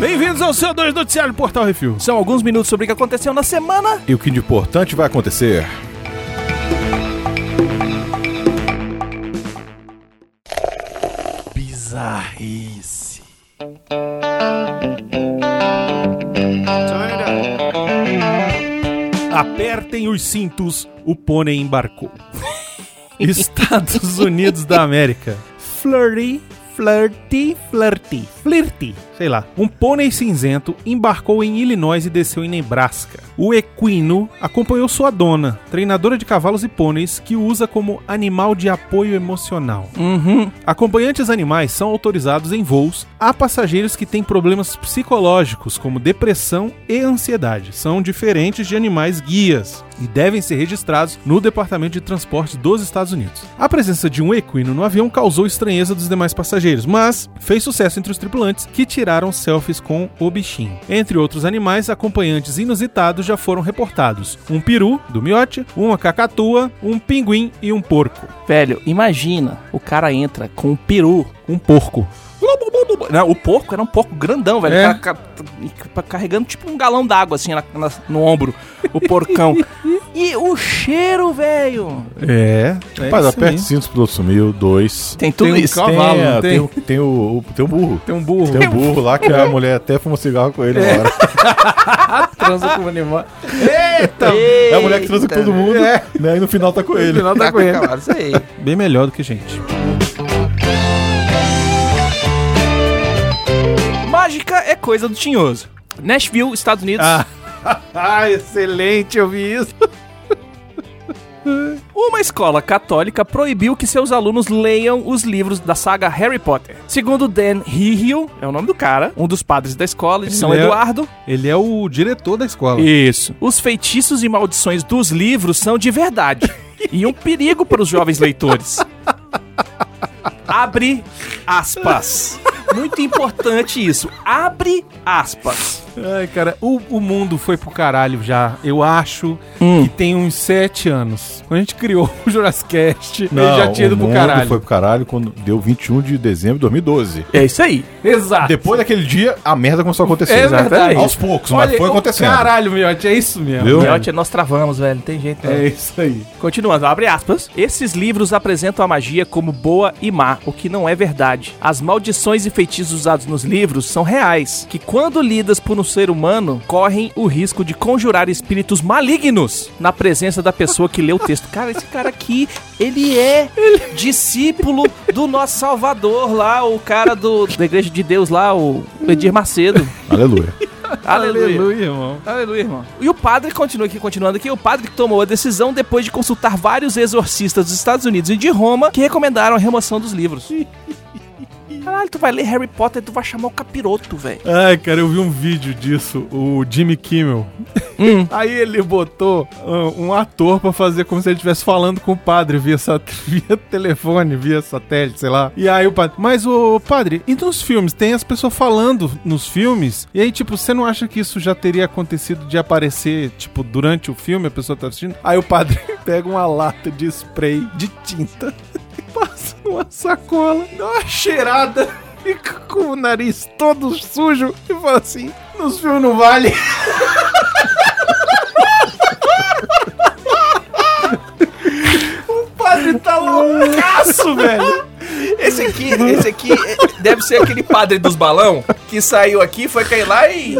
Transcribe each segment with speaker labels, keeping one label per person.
Speaker 1: Bem-vindos ao seu 2 Noticiário Portal Refil.
Speaker 2: São alguns minutos sobre o que aconteceu na semana.
Speaker 1: E o que de importante vai acontecer?
Speaker 2: Bizarrice.
Speaker 1: Apertem os cintos, o pônei embarcou. Estados Unidos da América. Flirty, flirty, flirty, flirty. Sei lá. Um pônei cinzento embarcou em Illinois e desceu em Nebraska. O equino acompanhou sua dona, treinadora de cavalos e pôneis, que o usa como animal de apoio emocional.
Speaker 2: Uhum.
Speaker 1: Acompanhantes animais são autorizados em voos a passageiros que têm problemas psicológicos, como depressão e ansiedade. São diferentes de animais guias e devem ser registrados no Departamento de Transportes dos Estados Unidos. A presença de um equino no avião causou estranheza dos demais passageiros, mas fez sucesso entre os tripulantes que tiraram selfies com o bichinho. Entre outros animais, acompanhantes inusitados já foram reportados: um peru do miote, uma cacatua, um pinguim e um porco.
Speaker 2: Velho, imagina, o cara entra com um peru.
Speaker 1: Um porco.
Speaker 2: Não, o porco era um porco grandão, velho.
Speaker 1: É.
Speaker 2: Ca- ca- Carregando tipo um galão d'água assim na- na- no ombro. O porcão. e o cheiro, velho.
Speaker 1: É.
Speaker 3: Rapaz, aperta os cintos, o piloto sumiu. Dois.
Speaker 2: Tem tudo
Speaker 1: Tem um
Speaker 2: isso.
Speaker 1: ca- cavalo, não
Speaker 3: tem,
Speaker 1: tem?
Speaker 3: tem o, tem, o, o- tem o burro.
Speaker 1: Tem um burro. É.
Speaker 3: Tem o burro lá que a mulher até fuma um cigarro com ele agora.
Speaker 1: transa com o animal.
Speaker 3: É a mulher que transa com todo mundo,
Speaker 1: É.
Speaker 3: né? E no final tá com ele.
Speaker 2: Tá com cavalo, isso aí.
Speaker 1: Bem melhor do que gente.
Speaker 2: Mágica é coisa do tinhoso. Nashville, Estados Unidos.
Speaker 1: ah, excelente, eu vi isso.
Speaker 2: Uma escola católica proibiu que seus alunos leiam os livros da saga Harry Potter. Segundo Dan Hill, é o nome do cara, um dos padres da escola, de São
Speaker 1: Ele é-
Speaker 2: Eduardo.
Speaker 1: Ele é o diretor da escola.
Speaker 2: Isso. Os feitiços e maldições dos livros são de verdade e um perigo para os jovens leitores. Abre aspas. Muito importante isso. Abre aspas.
Speaker 1: Ai, cara, o, o mundo foi pro caralho já. Eu acho que tem uns sete anos. Quando a gente criou o Jurassic Cast, ele já tinha ido
Speaker 3: o
Speaker 1: pro
Speaker 3: mundo
Speaker 1: caralho.
Speaker 3: foi pro caralho quando deu 21 de dezembro de 2012.
Speaker 2: É isso aí.
Speaker 1: Exato.
Speaker 3: Depois daquele dia, a merda começou a acontecer. né?
Speaker 1: É verdade.
Speaker 3: Aos poucos,
Speaker 1: Olha,
Speaker 3: mas foi
Speaker 1: ô,
Speaker 3: acontecendo.
Speaker 1: Caralho, Miote, é isso mesmo.
Speaker 3: Viu?
Speaker 2: Miotti, nós travamos, velho. Não tem jeito, não.
Speaker 1: É isso aí.
Speaker 2: Continuando, abre aspas. Esses livros apresentam a magia como boa e má, o que não é verdade. As maldições e feitiços usados nos livros são reais, que quando lidas por um ser humano, correm o risco de conjurar espíritos malignos na presença da pessoa que lê o texto. Cara, esse cara aqui, ele é discípulo do nosso Salvador lá, o cara do, da Igreja de Deus lá, o Edir Macedo.
Speaker 3: Aleluia.
Speaker 2: Aleluia.
Speaker 1: irmão.
Speaker 2: Aleluia, irmão. E o padre continua aqui, continuando aqui, o padre que tomou a decisão depois de consultar vários exorcistas dos Estados Unidos e de Roma que recomendaram a remoção dos livros. Caralho, tu vai ler Harry Potter, tu vai chamar o capiroto, velho.
Speaker 1: Ai, cara, eu vi um vídeo disso, o Jimmy Kimmel. Aí ele botou ah, um ator pra fazer como se ele estivesse falando com o padre via, sat- via telefone, via satélite, sei lá. E aí o padre. Mas o padre, e nos filmes? Tem as pessoas falando nos filmes? E aí, tipo, você não acha que isso já teria acontecido de aparecer, tipo, durante o filme, a pessoa tá assistindo? Aí o padre pega uma lata de spray de tinta e passa numa sacola, dá uma cheirada, fica com o nariz todo sujo e fala assim: nos filmes não vale.
Speaker 2: Padre tá loucaço, velho. Esse aqui, esse aqui é- deve ser aquele padre dos balão que saiu aqui, foi cair lá em,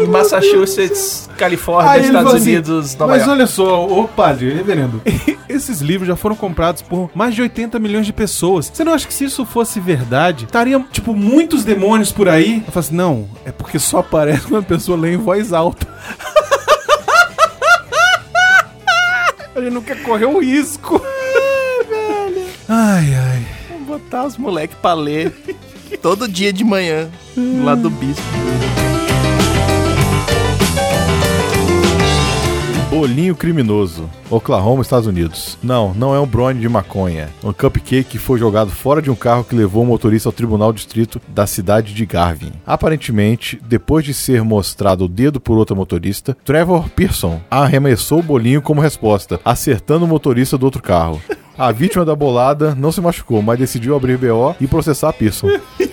Speaker 2: em Massachusetts, Califórnia,
Speaker 1: Aí ele
Speaker 2: Estados
Speaker 1: falou assim,
Speaker 2: Unidos, Nova
Speaker 1: Mas
Speaker 2: York.
Speaker 1: olha só, ô padre, reverendo, esses livros já foram comprados por mais de 80 milhões de pessoas. Você não acha que se isso fosse verdade, estaria, tipo, muitos demônios por aí? Eu falo assim, não, é porque só aparece quando a pessoa lê em voz alta. A gente não quer correr um risco.
Speaker 2: Ah,
Speaker 1: Ai, ai.
Speaker 2: botar os moleques pra ler todo dia de manhã lá do bispo.
Speaker 3: Bolinho criminoso. Oklahoma, Estados Unidos. Não, não é um brownie de maconha. Um cupcake que foi jogado fora de um carro que levou o motorista ao tribunal distrito da cidade de Garvin. Aparentemente, depois de ser mostrado o dedo por outra motorista, Trevor Pearson arremessou o bolinho como resposta, acertando o motorista do outro carro. A vítima da bolada não se machucou, mas decidiu abrir BO e processar a Pearson.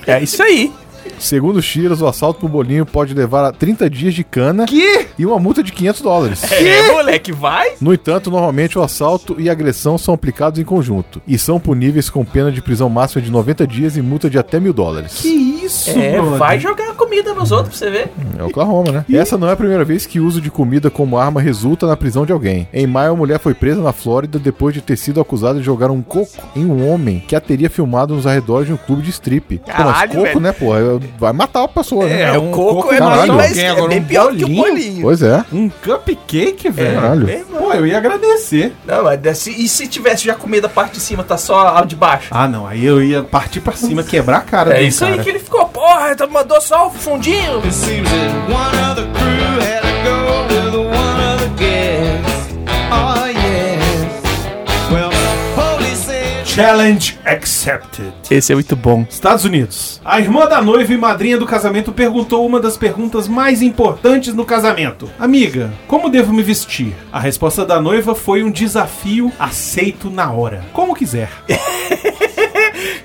Speaker 2: É isso aí.
Speaker 3: Segundo Shiras, o assalto pro bolinho pode levar a 30 dias de cana
Speaker 1: Que?
Speaker 3: e uma multa de 500 dólares.
Speaker 2: É, moleque, vai.
Speaker 3: No entanto, normalmente o assalto e a agressão são aplicados em conjunto e são puníveis com pena de prisão máxima de 90 dias e multa de até mil dólares.
Speaker 1: Que isso,
Speaker 2: É,
Speaker 1: brother?
Speaker 2: vai jogar comida nos outros pra você ver.
Speaker 3: É Oklahoma, né? Essa não é a primeira vez que o uso de comida como arma resulta na prisão de alguém. Em maio, uma mulher foi presa na Flórida depois de ter sido acusada de jogar um coco em um homem que a teria filmado nos arredores de um clube de strip. Pô, mas
Speaker 2: Caralho,
Speaker 3: coco,
Speaker 2: velho.
Speaker 3: né, porra? Vai matar a pessoa, né?
Speaker 1: É, um coco é
Speaker 3: caralho.
Speaker 1: mais- Alguém agora um bolinho?
Speaker 3: Pois é.
Speaker 1: Um cupcake, velho?
Speaker 3: Caralho.
Speaker 2: Meu irmão.
Speaker 1: Pô, eu ia agradecer.
Speaker 2: Não, mas se- e se tivesse já comida a parte de cima, tá só a de baixo?
Speaker 1: Ah, não. Aí eu ia partir pra cima, quebrar a cara
Speaker 2: É
Speaker 1: do
Speaker 2: isso
Speaker 1: cara.
Speaker 2: aí que ele ficou, porra, então mandou só o fundinho.
Speaker 4: It seems that one of the crew had to go with one of the guests. Oh yes. Well, the police said.
Speaker 1: Challenge accepted.
Speaker 2: Esse é muito bom.
Speaker 1: Estados Unidos. A irmã da noiva e madrinha do casamento perguntou uma das perguntas mais importantes no casamento: Amiga, como devo me vestir? A resposta da noiva foi um desafio aceito na hora. Como quiser.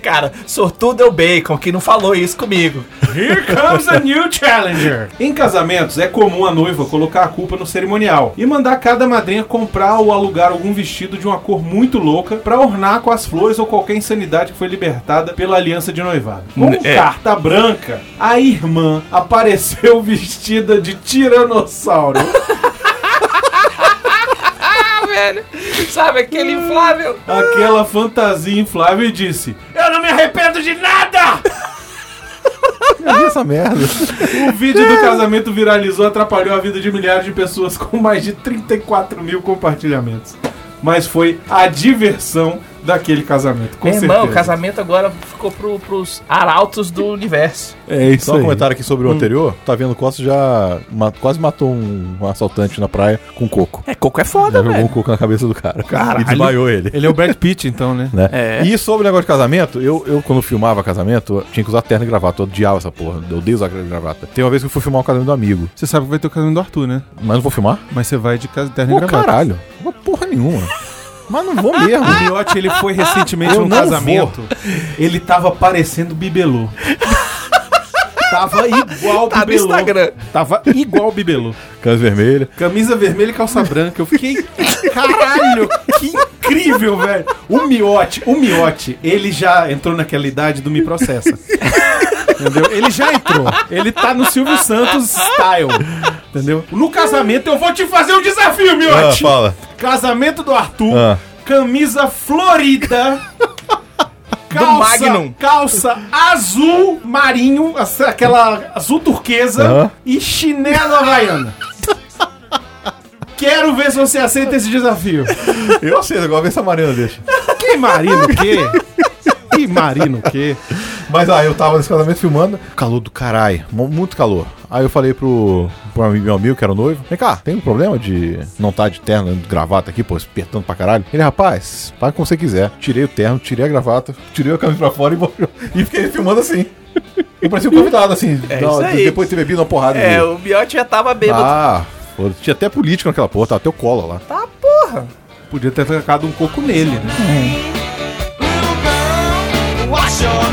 Speaker 2: Cara, sortudo é o Bacon, que não falou isso comigo.
Speaker 1: Here comes a new challenger. Em casamentos é comum a noiva colocar a culpa no cerimonial e mandar cada madrinha comprar ou alugar algum vestido de uma cor muito louca pra ornar com as flores ou qualquer insanidade que foi libertada pela aliança de noivado. Como
Speaker 2: É.
Speaker 1: carta branca, a irmã apareceu vestida de tiranossauro.
Speaker 2: Ah, velho, sabe aquele inflável?
Speaker 1: Aquela fantasia inflável e disse: Eu não me arrependo de nada!
Speaker 3: Eu vi essa merda.
Speaker 1: O vídeo do casamento viralizou, atrapalhou a vida de milhares de pessoas com mais de 34 mil compartilhamentos. Mas foi a diversão daquele casamento, com
Speaker 2: Meu
Speaker 1: certeza.
Speaker 2: irmão, o casamento agora ficou pro, pros arautos do universo.
Speaker 1: É isso
Speaker 3: Só um comentário aqui sobre o anterior. Tá vendo, Costa já ma- quase matou um, um assaltante na praia com coco.
Speaker 2: É, coco é
Speaker 3: Já
Speaker 2: foda,
Speaker 3: jogou um coco na cabeça do cara.
Speaker 1: Caralho.
Speaker 3: E desmaiou ele.
Speaker 1: Ele é o Brad Pitt, então, né?
Speaker 3: né?
Speaker 2: É.
Speaker 3: E sobre o negócio de casamento, eu, eu quando filmava casamento, eu tinha que usar terno e gravata. Eu odiava essa porra. Eu odeio usar terno e gravata. Tem uma vez que eu fui filmar o casamento do amigo.
Speaker 1: Você sabe que vai ter o casamento do Arthur, né?
Speaker 3: Mas não vou filmar?
Speaker 1: Mas você vai de casa terra
Speaker 3: Pô, caralho. Não vou porra nenhuma. Mas não vou mesmo.
Speaker 1: O Miotti, ele foi recentemente
Speaker 3: Eu
Speaker 1: num
Speaker 3: não
Speaker 1: casamento. Ele tava parecendo Bibelô. tava igual
Speaker 2: Tá no
Speaker 1: Bibelô.
Speaker 2: Instagram.
Speaker 1: Tava igual Bibelô.
Speaker 3: Camisa vermelha.
Speaker 1: Camisa vermelha e calça branca. Eu fiquei. Caralho, que incrível, velho. O miote, o miote, ele já entrou naquela idade do me processa. Entendeu? Ele já entrou. Ele tá no Silvio Santos style. Entendeu? No casamento eu vou te fazer um desafio,
Speaker 3: Ah,
Speaker 1: miote.
Speaker 3: fala.
Speaker 1: casamento do Arthur,
Speaker 3: Ah.
Speaker 1: camisa florida. Calça,
Speaker 2: Magnum.
Speaker 1: calça azul marinho, essa- aquela azul turquesa
Speaker 3: Aham.
Speaker 1: e chinelo havaiana. Quero ver se você aceita esse desafio.
Speaker 3: Eu sei, agora vê se a Marina deixa.
Speaker 1: Que marino que? Que marino que?
Speaker 3: Mas aí eu tava nesse casamento filmando, calor do caralho, mu- muito calor. Aí eu falei pro, pro ami- meu amigo, que era o noivo, vem cá, tem um problema de não tá de terno, de gravata aqui, pô, espertando pra caralho? Ele, rapaz, faz como você quiser. Tirei o terno, tirei a gravata, tirei a camisa pra fora e, bo- e fiquei filmando assim. Eu parecia um convidado, assim,
Speaker 2: É
Speaker 3: da-
Speaker 2: isso aí.
Speaker 3: depois de ter bebido uma porrada.
Speaker 2: É,
Speaker 3: de-
Speaker 2: o Biote já tava bêbado.
Speaker 3: Ah, pô, tinha até político naquela porra, tava até o colo lá.
Speaker 2: Tá, porra.
Speaker 1: Podia ter tacado um coco nele, né?
Speaker 4: Little girl, what's your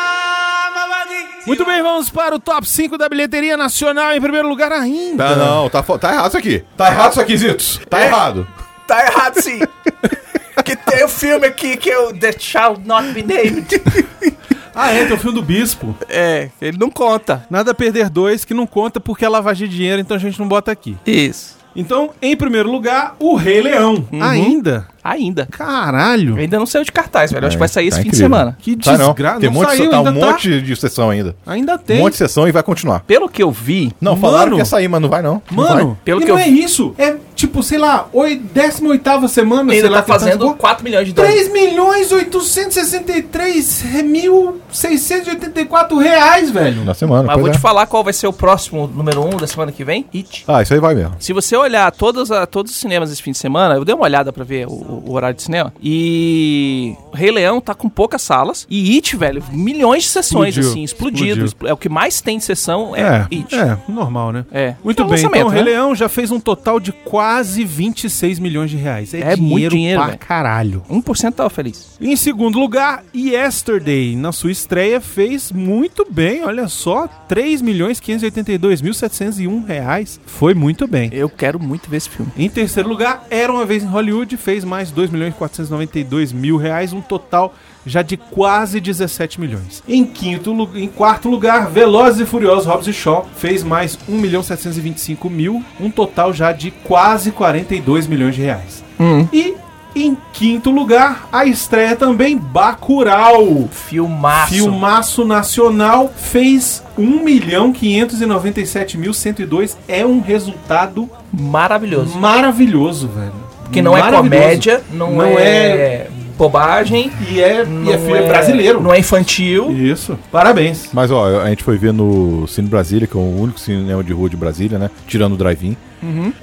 Speaker 1: Muito bem, vamos para o top 5 da bilheteria nacional. Em primeiro lugar, ainda.
Speaker 3: Tá, não, tá, fo- tá errado isso aqui. Tá errado isso aqui, Zitos. Tá errado.
Speaker 2: Tá errado sim. que tem o filme aqui que é o The Child Not Be Named.
Speaker 1: Ah, é, tem o filme do Bispo.
Speaker 2: É, ele não conta.
Speaker 1: Nada a perder dois, que não conta porque é lavagem de dinheiro, então a gente não bota aqui.
Speaker 2: Isso.
Speaker 1: Então, em primeiro lugar, o Rei Leão. Uhum. Ainda?
Speaker 2: Ainda.
Speaker 1: Caralho.
Speaker 2: Ainda não saiu de cartaz, velho. Acho que vai sair
Speaker 3: tá
Speaker 2: esse fim de
Speaker 3: incrível.
Speaker 2: semana.
Speaker 1: Que
Speaker 3: Tá não.
Speaker 1: desgraça.
Speaker 3: Tem um monte, de-
Speaker 1: saiu,
Speaker 3: tá um
Speaker 1: ainda
Speaker 3: monte de sessão ainda.
Speaker 1: Ainda
Speaker 3: Um
Speaker 1: tem.
Speaker 3: monte de sessão e vai continuar.
Speaker 2: Pelo que eu vi,
Speaker 3: Não,
Speaker 1: Mano.
Speaker 3: falaram que ia sair, mas não vai não. Não vai.
Speaker 1: Mano,
Speaker 2: Pelo
Speaker 1: e
Speaker 2: que
Speaker 1: não
Speaker 2: eu-
Speaker 1: é isso. É tipo tipo, sei lá, oi, 18 semana, sei
Speaker 2: Ainda
Speaker 1: lá,
Speaker 2: tá fazendo 4 milhões de dólares.
Speaker 1: 3 milhões 863 mil 684 reais, velho.
Speaker 3: Na semana,
Speaker 2: Mas
Speaker 3: pois
Speaker 2: Ah, vou
Speaker 3: é.
Speaker 2: te falar qual vai ser o próximo número 1 um da semana que vem. It.
Speaker 3: Ah, isso aí vai mesmo.
Speaker 2: Se você olhar todas a- todos os cinemas esse fim de semana, eu dei uma olhada pra ver o, o horário de cinema. E Rei Leão tá com poucas salas. E It, velho, milhões de sessões,
Speaker 1: Explodiu,
Speaker 2: assim, explodido.
Speaker 1: explodiu.
Speaker 2: Expl- É o que mais tem de sessão é, It.
Speaker 1: é, normal, né?
Speaker 2: É.
Speaker 1: Muito
Speaker 2: É um
Speaker 1: bem, então
Speaker 2: lançamento,
Speaker 1: o Rei
Speaker 2: né?
Speaker 1: Leão já fez um total de quase 26 milhões de reais. É,
Speaker 2: É
Speaker 1: dinheiro,
Speaker 2: muito dinheiro,
Speaker 1: pra
Speaker 2: velho.
Speaker 1: caralho.
Speaker 2: 1% tava feliz.
Speaker 1: Em segundo lugar, Yesterday, na sua estreia, fez muito bem, olha só, 3 milhões 582 mil 701 reais. Foi muito bem.
Speaker 2: Eu quero muito ver esse filme.
Speaker 1: Em terceiro lugar, Era Uma Vez em Hollywood, fez mais 2 milhões 492 mil reais, um total já de quase 17 milhões. Em, quinto, lu- em quarto lugar, Velozes e Furiosos, Hobbs e Shaw, fez mais 1 milhão 725 mil, um total já de quase 42 milhões de reais.
Speaker 2: Hum.
Speaker 1: E... Em quinto lugar, a estreia também, Bacurau.
Speaker 2: Filmaço.
Speaker 1: Filmaço nacional fez 1 milhão 597.102. É um resultado
Speaker 2: Maravilhoso.
Speaker 1: Maravilhoso, velho.
Speaker 2: Porque não é
Speaker 1: Maravilhoso.
Speaker 2: comédia, não,
Speaker 1: Não
Speaker 2: é, bobagem.
Speaker 1: E é,
Speaker 2: Não
Speaker 1: e é filme brasileiro.
Speaker 2: Não é infantil.
Speaker 1: Isso. Parabéns.
Speaker 3: Mas ó, a gente foi ver no Cine Brasília, que é o único cinema de rua de Brasília, né? Tirando o drive-in.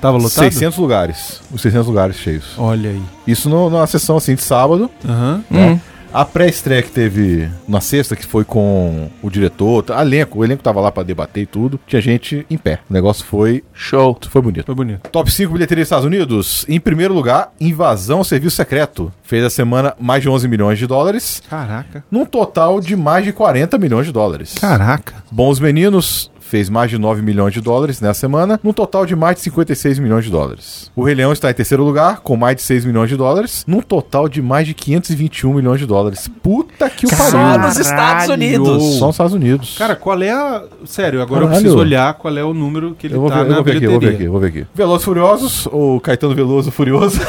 Speaker 1: Tava
Speaker 3: 600 lugares. Os 600 lugares cheios.
Speaker 1: Olha aí.
Speaker 3: Isso no- numa sessão assim de sábado.
Speaker 1: Aham.
Speaker 3: Hum. A pré-estreia que teve na sexta, que foi com o diretor, tá- elenco, o elenco tava lá pra debater e tudo. Tinha gente em pé. O negócio foi.
Speaker 2: Show.
Speaker 3: Foi bonito.
Speaker 1: Foi bonito.
Speaker 3: Top 5 bilheteria dos Estados Unidos. Em primeiro lugar, Invasão ao Serviço Secreto. Fez a semana mais de 11 milhões de dólares,
Speaker 1: Caraca.
Speaker 3: num total de mais de 40 milhões de dólares.
Speaker 1: Caraca.
Speaker 3: Bons Meninos fez mais de 9 milhões de dólares nessa semana, num total de mais de 56 milhões de dólares. O Rei Leão está em terceiro lugar, com mais de 6 milhões de dólares, num total de mais de 521 milhões de dólares. Puta que o
Speaker 2: Só
Speaker 3: pariu!
Speaker 2: nos Estados Unidos.
Speaker 3: Só nos Estados Unidos.
Speaker 1: Cara, qual é a. Sério, agora eu
Speaker 3: Caralho.
Speaker 1: preciso olhar qual é o número que ele
Speaker 3: eu vou
Speaker 1: tá
Speaker 3: ver, eu
Speaker 1: na
Speaker 3: vou ver aqui, eu vou ver aqui,
Speaker 1: bilheteria.
Speaker 3: eu vou ver aqui. Velozes Furiosos, ou Caetano Veloso Furioso.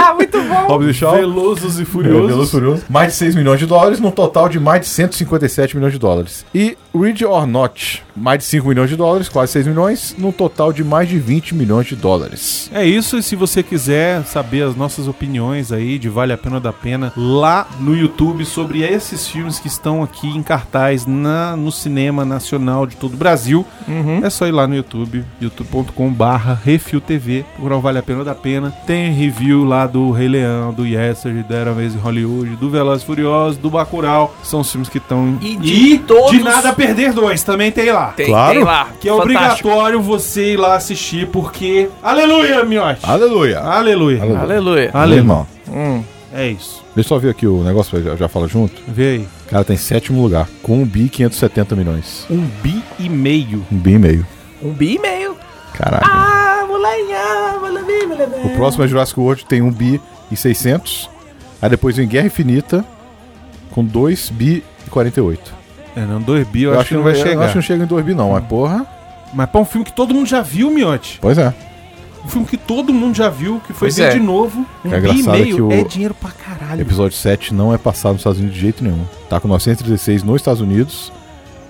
Speaker 3: Ah, Muito bom! Hobbs e Shaw.
Speaker 1: Velozos e Furiosos.
Speaker 3: É, Velozes e Furiosos. Mais de 6 milhões de dólares, num total de mais de 157 milhões de dólares. E Read or Not, mais de 5 milhões de dólares, quase 6 milhões, num total de mais de 20 milhões de dólares.
Speaker 1: É isso, e se você quiser saber as nossas opiniões aí de Vale a Pena ou da Pena, lá no YouTube sobre esses filmes que estão aqui em cartaz na, no cinema nacional de todo o Brasil, é só ir lá no YouTube, youtube.com/barra RefilTV, procurar o Vale a Pena ou da Pena. Tem review lá do Rei Leão, do Yesterday, da Era Vez em Hollywood, do Velozes e Furiosos, do Bacurau, são os filmes que estão...
Speaker 2: E de todos-
Speaker 1: De Nada a Perder dois também tem lá.
Speaker 2: Tem,
Speaker 3: Claro.
Speaker 2: tem lá.
Speaker 1: Que é
Speaker 2: Fantástico.
Speaker 1: obrigatório você ir lá assistir, porque... Aleluia, miote!
Speaker 3: Aleluia!
Speaker 1: Aleluia.
Speaker 3: Aleluia.
Speaker 2: Aleluia.
Speaker 1: Ale-
Speaker 3: Irmão,
Speaker 1: É isso.
Speaker 3: deixa eu só ver aqui o negócio, eu já- já falo junto.
Speaker 1: Vê aí.
Speaker 3: O cara tem sétimo lugar, com 1 bi 570 milhões.
Speaker 1: Um bi e meio.
Speaker 3: 1 bi e meio.
Speaker 2: Um bi e meio.
Speaker 3: Caralho.
Speaker 2: Ah, moleque, moleque,
Speaker 3: O
Speaker 2: moleque.
Speaker 3: próximo é Jurassic World, tem 1 bi e 600. Aí depois vem Guerra Infinita, com 2 bi e 48.
Speaker 1: É, não, dois bi eu, acho, que não vai
Speaker 3: Eu
Speaker 1: chegar.
Speaker 3: acho que não chega em 2 bi não, mas porra...
Speaker 1: Mas pá, um filme que todo mundo já viu, Miote.
Speaker 3: Pois é.
Speaker 1: Um filme que todo mundo já viu, que foi
Speaker 2: Pois
Speaker 1: ver
Speaker 2: é.
Speaker 1: de novo. Um
Speaker 3: É
Speaker 1: bi e
Speaker 3: engraçado
Speaker 1: meio
Speaker 3: que o-
Speaker 1: é dinheiro pra caralho.
Speaker 3: Episódio 7 não é passado nos Estados Unidos de jeito nenhum. Tá com 936 nos Estados Unidos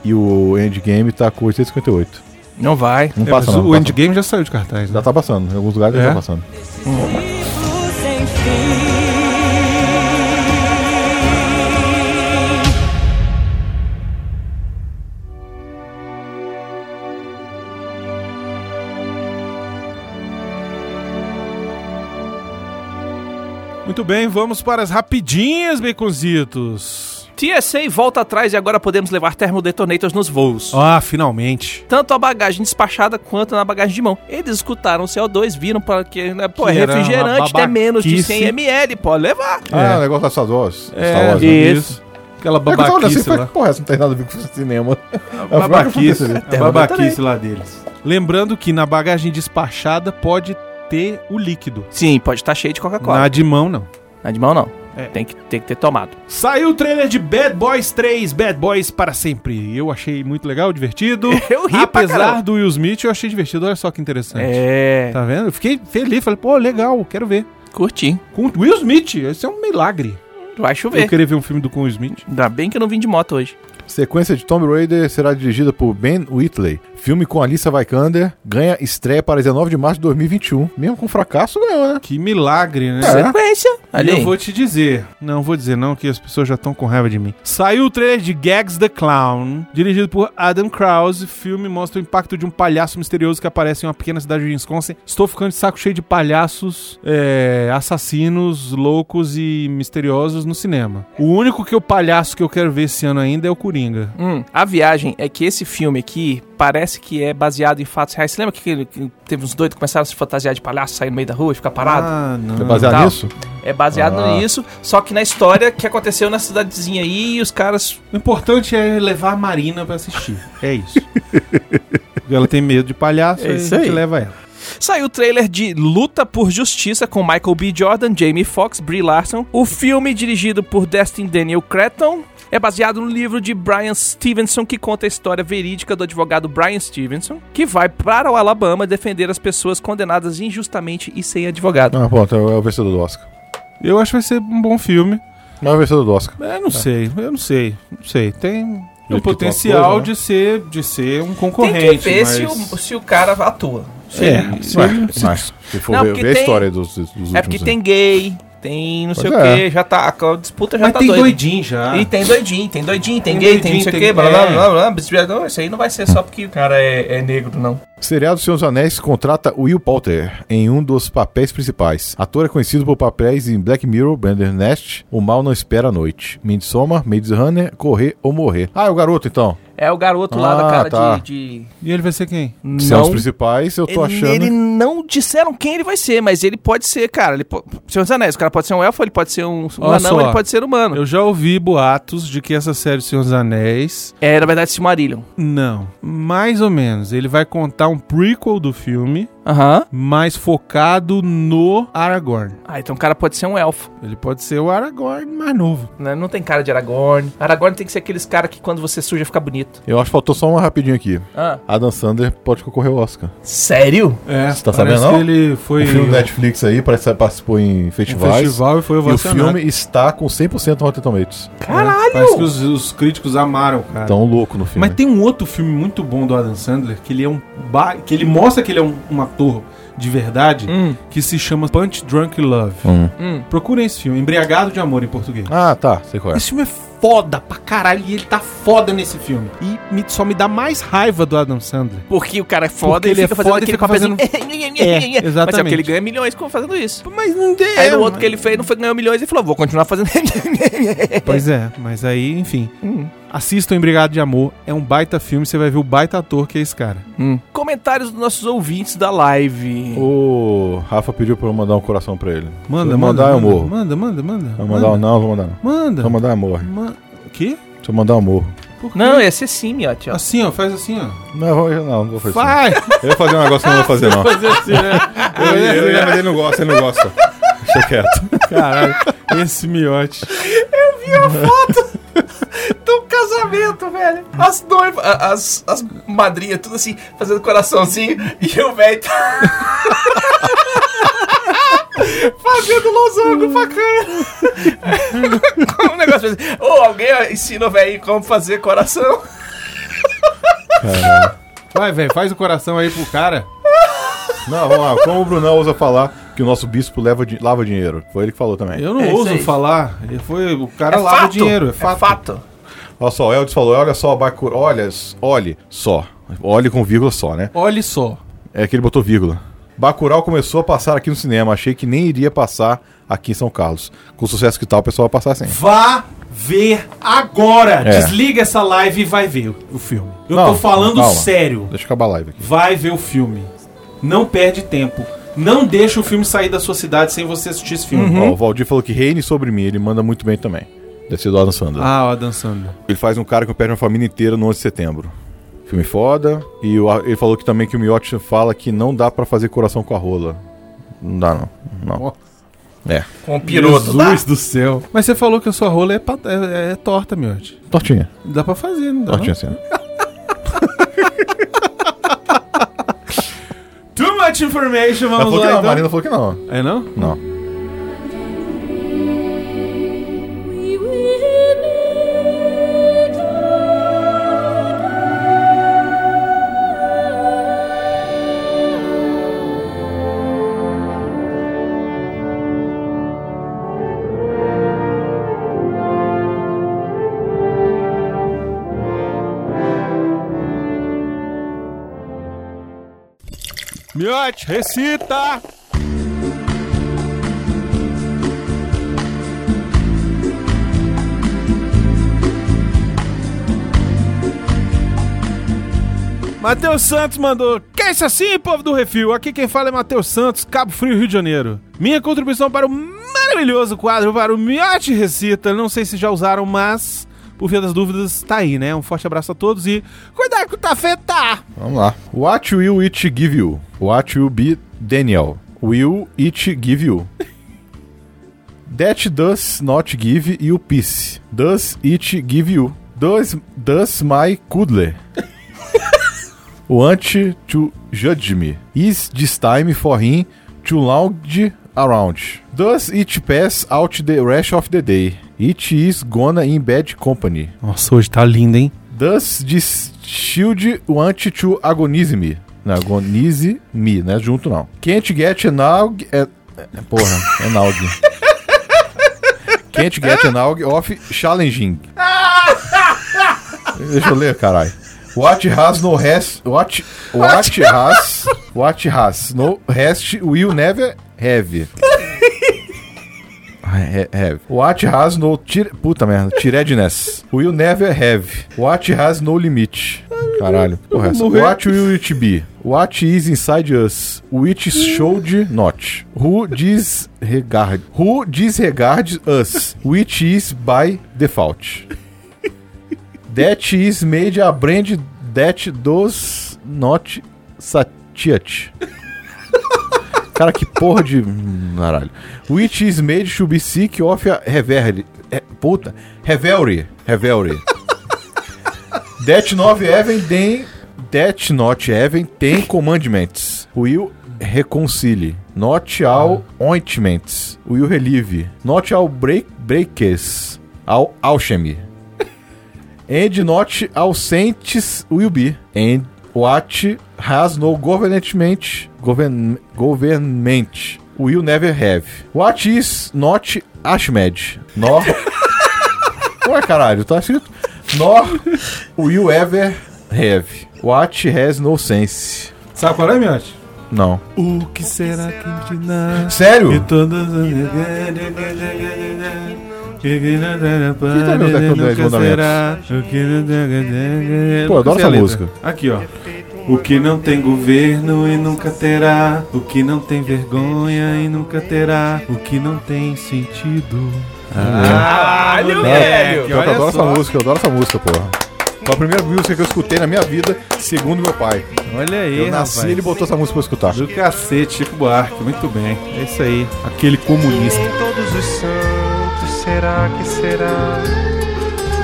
Speaker 3: e o Endgame tá com 858.
Speaker 2: Não vai.
Speaker 3: Não
Speaker 1: É,
Speaker 3: passa
Speaker 1: mas
Speaker 3: não.
Speaker 1: o
Speaker 3: passa.
Speaker 1: Endgame já saiu de cartaz, né?
Speaker 3: Já tá passando, em alguns lugares
Speaker 1: É?
Speaker 3: já tá passando.
Speaker 1: Muito bem, vamos para as rapidinhas, baconzitos.
Speaker 2: TSA volta atrás e agora podemos levar termodetonators nos voos.
Speaker 1: Ah, finalmente.
Speaker 2: Tanto a bagagem despachada quanto na bagagem de mão. Eles escutaram o CO2, viram para que, né, pô,
Speaker 1: Que
Speaker 2: é
Speaker 1: era uma
Speaker 2: refrigerante, tem menos de 100
Speaker 1: babaquice.
Speaker 2: ml, pode levar.
Speaker 3: Ah, o negócio das Star Wars. Star
Speaker 1: É,
Speaker 3: Wars, né?
Speaker 1: isso. Aquela
Speaker 3: É que eu tava olhando assim,
Speaker 1: babaquice
Speaker 3: falei,
Speaker 1: lá. É,
Speaker 3: porra, essa não tem nada a ver com cinema.
Speaker 1: Babaquice.
Speaker 2: É,
Speaker 1: É babaquice lá deles. Lembrando que na bagagem despachada pode ter o líquido.
Speaker 2: Sim, pode estar cheio de Coca-Cola.
Speaker 1: Na de mão, não.
Speaker 2: Na de mão não.
Speaker 1: É.
Speaker 2: Tem, que, tem que ter tomado.
Speaker 1: Saiu o trailer de Bad Boys 3, Bad Boys para sempre. Eu achei muito legal, divertido.
Speaker 2: Eu ri pra
Speaker 1: Apesar
Speaker 2: caramba.
Speaker 1: do Will Smith, eu achei divertido. Olha só que interessante.
Speaker 2: É,
Speaker 1: Tá vendo? Eu fiquei feliz, falei, pô, legal, quero ver.
Speaker 2: curti.
Speaker 1: Com o Will Smith, isso é um milagre.
Speaker 2: Vai
Speaker 1: Eu
Speaker 2: chover.
Speaker 1: queria ver um filme do com o Will Smith.
Speaker 2: Ainda bem que eu não vim de moto hoje.
Speaker 3: Sequência de Tomb Raider será dirigida por Ben Whitley. Filme com Alissa Vikander ganha estreia para 19 de março de 2021. Mesmo com fracasso, ganhou, né?
Speaker 1: Que milagre,
Speaker 2: É.
Speaker 1: né?
Speaker 2: Sequência.
Speaker 1: E
Speaker 2: Ali.
Speaker 1: eu vou te dizer, não vou dizer não, que as pessoas já estão com raiva de mim. Saiu o trailer de Gags the Clown, dirigido por Adam Krause. Filme mostra o impacto de um palhaço misterioso que aparece em uma pequena cidade de Wisconsin. Estou ficando de saco cheio de palhaços, é, assassinos, loucos e misteriosos no cinema. O único que o palhaço que eu quero ver esse ano ainda é o Coringa.
Speaker 2: Hum, a viagem é que esse filme aqui parece que é baseado em fatos reais. Você lembra que, aquele- que teve uns doidos que começaram a se fantasiar de palhaço, sair no meio da rua e ficar parado?
Speaker 1: Ah,
Speaker 3: É
Speaker 1: não.
Speaker 3: baseado
Speaker 2: tá.
Speaker 3: nisso?
Speaker 2: É baseado
Speaker 3: Ah.
Speaker 2: nisso, só que na história que aconteceu na cidadezinha aí e os caras.
Speaker 1: O importante é levar a Marina pra assistir. É isso. ela tem medo de palhaço,
Speaker 2: É
Speaker 1: aí a
Speaker 2: isso
Speaker 1: gente
Speaker 2: aí.
Speaker 1: leva ela.
Speaker 2: Saiu o trailer de Luta por Justiça com Michael B. Jordan, Jamie Foxx, Brie Larson. O filme, dirigido por Destin Daniel Cretton, é baseado no livro de Brian Stevenson, que conta a história verídica do advogado Brian Stevenson, que vai para o Alabama defender as pessoas condenadas injustamente e sem advogado.
Speaker 3: Ah, pronto, é o é o vencedor do Oscar.
Speaker 1: Eu acho que vai ser um bom filme.
Speaker 3: Não é o vencedor do Oscar.
Speaker 1: É, não sei, eu não sei, não sei. Tem
Speaker 3: Ele
Speaker 1: É o
Speaker 3: ficou
Speaker 1: potencial
Speaker 3: ator, né?
Speaker 1: de ser de ser um
Speaker 2: Tem
Speaker 1: concorrente.
Speaker 2: que ver
Speaker 1: mas...
Speaker 2: se, o, se o cara atua.
Speaker 1: É, se
Speaker 3: Ué,
Speaker 1: ele-
Speaker 3: mas, se for
Speaker 2: Não,
Speaker 3: ver,
Speaker 2: porque
Speaker 3: ver a
Speaker 2: tem-
Speaker 3: história dos, dos últimos.
Speaker 2: É porque
Speaker 3: anos.
Speaker 2: tem gay, tem não sei
Speaker 3: Pois
Speaker 2: o
Speaker 3: é.
Speaker 2: quê, já tá. A disputa já
Speaker 1: mas
Speaker 2: tá
Speaker 1: tem
Speaker 2: doida.
Speaker 1: doidinho já.
Speaker 2: E tem doidinho, tem doidinho, tem,
Speaker 1: Ah. Tem
Speaker 2: gay, tem não
Speaker 1: doidinho,
Speaker 2: sei o
Speaker 1: tem-
Speaker 2: quê, blá blá
Speaker 1: é.
Speaker 2: blá blá. blá. Não, Isso aí não vai ser só porque o cara é, é negro, não.
Speaker 3: Seriado Senhor dos Anéis contrata Will Poulter em um dos papéis principais. Ator é conhecido por papéis em Black Mirror, Bandersnatch, O Mal Não Espera a Noite, Midsommar, Runner, Correr ou Morrer. Ah, é o garoto então.
Speaker 2: É o garoto lá da
Speaker 3: Ah,
Speaker 2: cara
Speaker 3: tá.
Speaker 2: de. de...
Speaker 1: E ele vai ser quem?
Speaker 3: Se é um dos principais, eu tô achando...
Speaker 2: Ele não disseram quem ele vai ser, mas ele pode ser, cara. Ele po... Senhor dos Anéis, o cara pode ser um elfo, ele pode ser um, um
Speaker 1: Olha
Speaker 2: anão,
Speaker 1: só.
Speaker 2: ele pode ser humano.
Speaker 1: Eu já ouvi boatos de que essa série Senhor dos Anéis.
Speaker 2: É, na verdade, Silmarillion.
Speaker 1: Não, mais ou menos. Ele vai contar um prequel do filme,
Speaker 2: Aham.
Speaker 1: mas focado no Aragorn.
Speaker 2: Ah, então o cara pode ser um elfo.
Speaker 1: Ele pode ser o Aragorn mais novo.
Speaker 2: né? Não tem cara de Aragorn. Aragorn tem que ser aqueles caras que quando você suja fica bonito.
Speaker 3: Eu acho que faltou só uma rapidinho aqui.
Speaker 2: Ah.
Speaker 3: Adam Sandler pode concorrer ao Oscar.
Speaker 2: Sério?
Speaker 1: É,
Speaker 3: Você tá
Speaker 1: parece
Speaker 3: sabendo, não?
Speaker 1: que ele foi
Speaker 3: O filme do Netflix aí parece que participou em
Speaker 1: um
Speaker 3: festivais.
Speaker 1: festival e foi
Speaker 3: E o
Speaker 1: ovacionado.
Speaker 3: filme está com 100% no Rotten Tomatoes.
Speaker 1: Caralho! Parece que os, os críticos amaram, cara.
Speaker 3: Tão louco no filme.
Speaker 1: Mas tem um outro filme muito bom do Adam Sandler que ele é um ba- que ele mostra que ele é um, um ator de verdade
Speaker 2: Hum.
Speaker 1: que se chama Punch Drunk Love.
Speaker 3: Hum.
Speaker 2: Hum.
Speaker 1: Procurem esse filme, Embriagado de Amor em português.
Speaker 3: Ah, tá. Sei qual é.
Speaker 1: Esse filme é foda pra caralho e ele tá foda nesse filme. E me- só me dá mais raiva do Adam Sandler.
Speaker 2: Porque o cara é foda
Speaker 1: Porque
Speaker 2: e
Speaker 1: ele
Speaker 2: fica
Speaker 1: é
Speaker 2: fazendo
Speaker 1: foda e
Speaker 2: aquele
Speaker 1: fica
Speaker 2: papelzinho.
Speaker 1: É, exatamente.
Speaker 2: Mas é porque ele ganha milhões com- fazendo isso.
Speaker 1: Mas não tem.
Speaker 2: Aí no outro que ele fez, não foi, ganhou milhões e falou, vou continuar fazendo.
Speaker 1: Pois é, mas aí, enfim.
Speaker 2: Hum.
Speaker 1: Assistam Embriagado de Amor, é um baita filme, você vai ver o baita ator que é esse cara.
Speaker 2: Comentários dos nossos ouvintes da live.
Speaker 3: O Rafa pediu pra eu mandar um coração pra ele. Se
Speaker 1: Manda,
Speaker 3: eu
Speaker 1: manda.
Speaker 3: mandar, eu
Speaker 1: manda,
Speaker 3: morro.
Speaker 1: Manda, manda, manda.
Speaker 3: Vou mandar ou
Speaker 1: manda.
Speaker 3: não, vou mandar não.
Speaker 1: Manda.
Speaker 3: Vou mandar eu morro.
Speaker 1: Ma- O quê?
Speaker 3: Deixa eu mandar um morro.
Speaker 1: Por quê?
Speaker 2: Não, esse é sim, Miotti, ó.
Speaker 1: Assim, ó, faz assim, ó.
Speaker 3: Não, eu não, não vou fazer
Speaker 1: Vai!
Speaker 3: isso. Eu ia fazer um negócio que eu não vou fazer, não.
Speaker 1: fazer assim, né?
Speaker 3: Eu, ia- eu ia, mas ele não gosta, ele não gosta. Deixa quieto.
Speaker 1: Caralho, esse miote.
Speaker 2: Então, casamento, velho. As noivas, a- as, as madrinhas, tudo assim, fazendo coraçãozinho. E o velho tá... fazendo losango pra cara. Como um negócio assim. Ou alguém ensina o velho como fazer coração.
Speaker 1: Vai, velho, faz o coração aí pro cara.
Speaker 3: Não, vamos lá. Como o Brunão ousa falar que o nosso bispo leva, di- lava dinheiro? Foi ele que falou também.
Speaker 1: Eu não
Speaker 2: É isso
Speaker 1: ouso
Speaker 2: aí.
Speaker 1: falar. Ele Foi, o cara lava o dinheiro, é fato.
Speaker 3: Olha só, o Eldis falou, olha só, Bacurau, olha, olhe só. Olhe com vírgula só, né?
Speaker 1: Olha só.
Speaker 3: É que ele botou vírgula. Bacurau começou a passar aqui no cinema, achei que nem iria passar aqui em São Carlos. Com o sucesso que tá, o pessoal vai passar sim.
Speaker 1: Vá ver agora.
Speaker 3: É.
Speaker 1: Desliga essa live e vai ver o, o filme. Eu
Speaker 3: Não,
Speaker 1: tô falando
Speaker 3: calma.
Speaker 1: sério.
Speaker 3: Deixa eu acabar a live aqui.
Speaker 1: Vai ver o filme. Não perde tempo. Não deixa o filme sair da sua cidade sem você assistir esse filme.
Speaker 3: Ó, o Valdir falou que reine sobre mim, ele manda muito bem também. Deve ser do Adam Sandler.
Speaker 1: Ah, ó, dançando.
Speaker 3: Ele faz um cara que perde uma família inteira no 11 de setembro. Filme foda. E o- ele falou que também que o Miotti fala que não dá pra fazer coração com a rola. Não dá, não. Não. É.
Speaker 2: Com o piroto. tá?
Speaker 1: do céu. Mas você falou que a sua rola é, pat- é- é torta, miote.
Speaker 3: Tortinha.
Speaker 1: Dá pra fazer, não dá? não?
Speaker 3: Tortinha assim.
Speaker 1: Too much information,
Speaker 3: Ela
Speaker 1: vamos
Speaker 3: falou
Speaker 1: lá
Speaker 3: que não, a
Speaker 1: então.
Speaker 3: Tá Marina falou que não.
Speaker 1: É não?
Speaker 3: Não.
Speaker 5: We will meet
Speaker 1: Miote, recita! Matheus Santos mandou. Que é isso assim, povo do refil? Aqui quem fala é Matheus Santos, Cabo Frio, Rio de Janeiro. Minha contribuição para o maravilhoso quadro para o Miote Recita. Não sei se já usaram, mas, por via das dúvidas, tá aí, né? Um forte abraço a todos e. Cuidado com o tafeta!
Speaker 3: Vamos lá. What will it give you? What will be Daniel? Will it give you? That does not give you peace. Does it give you? Does, does my cuddler? Want to judge me? Is this time for him to lounge around? Does it pass out the rest of the day? It is gonna in bad company.
Speaker 1: Nossa, hoje tá lindo, hein?
Speaker 3: Does this shield want to agonize me? Não, agonize me, né? Junto não. Can't get an aug... É, é- porra, an aug. Can't get an aug off challenging. Deixa eu ler, caralho. What has no rest... What, what has... What has no rest will never have. Ha- Have. What has no tir... Puta merda. Tiredness. Will never have. What has no limit. Caralho. Porra, essa. What will it be? What is inside us? Which showed not. Who disregard... Who disregards us? Which is by default. That is made a brand that does not satiate. Cara, que porra de. hum, Caralho. Which is made to be sick of a reverly. É, puta. Revelry. Revelry. That not even tem. That not even tem commandments. Will reconcile. Not all ointments. Will relieve. Not all break, breakers. All alchemy. And not all saints will be. And what has no government, govern, government will never have. What is not Ashmed. Nor. Ué, caralho, tá escrito. Nor will ever have. What has no sense.
Speaker 1: Sabe qual é, Miote?
Speaker 3: Não.
Speaker 1: O que será que te dá? E
Speaker 3: Sério?
Speaker 1: todas as.
Speaker 3: Pô, eu adoro essa música.
Speaker 1: é Aqui, ó. O que não tem governo e nunca terá. O que não tem vergonha e nunca terá. O que não tem sentido. Caralho,
Speaker 3: Né? Não, é, eu adoro essa música, eu adoro essa música, porra. Foi a primeira música que eu escutei na minha vida, segundo meu pai.
Speaker 1: Olha aí,
Speaker 3: Eu nasci e ele botou essa música pra eu escutar.
Speaker 1: Do cacete, Chico Buarque. Muito bem. É isso aí. Aquele comunista.
Speaker 5: Em todos os santos, será que será?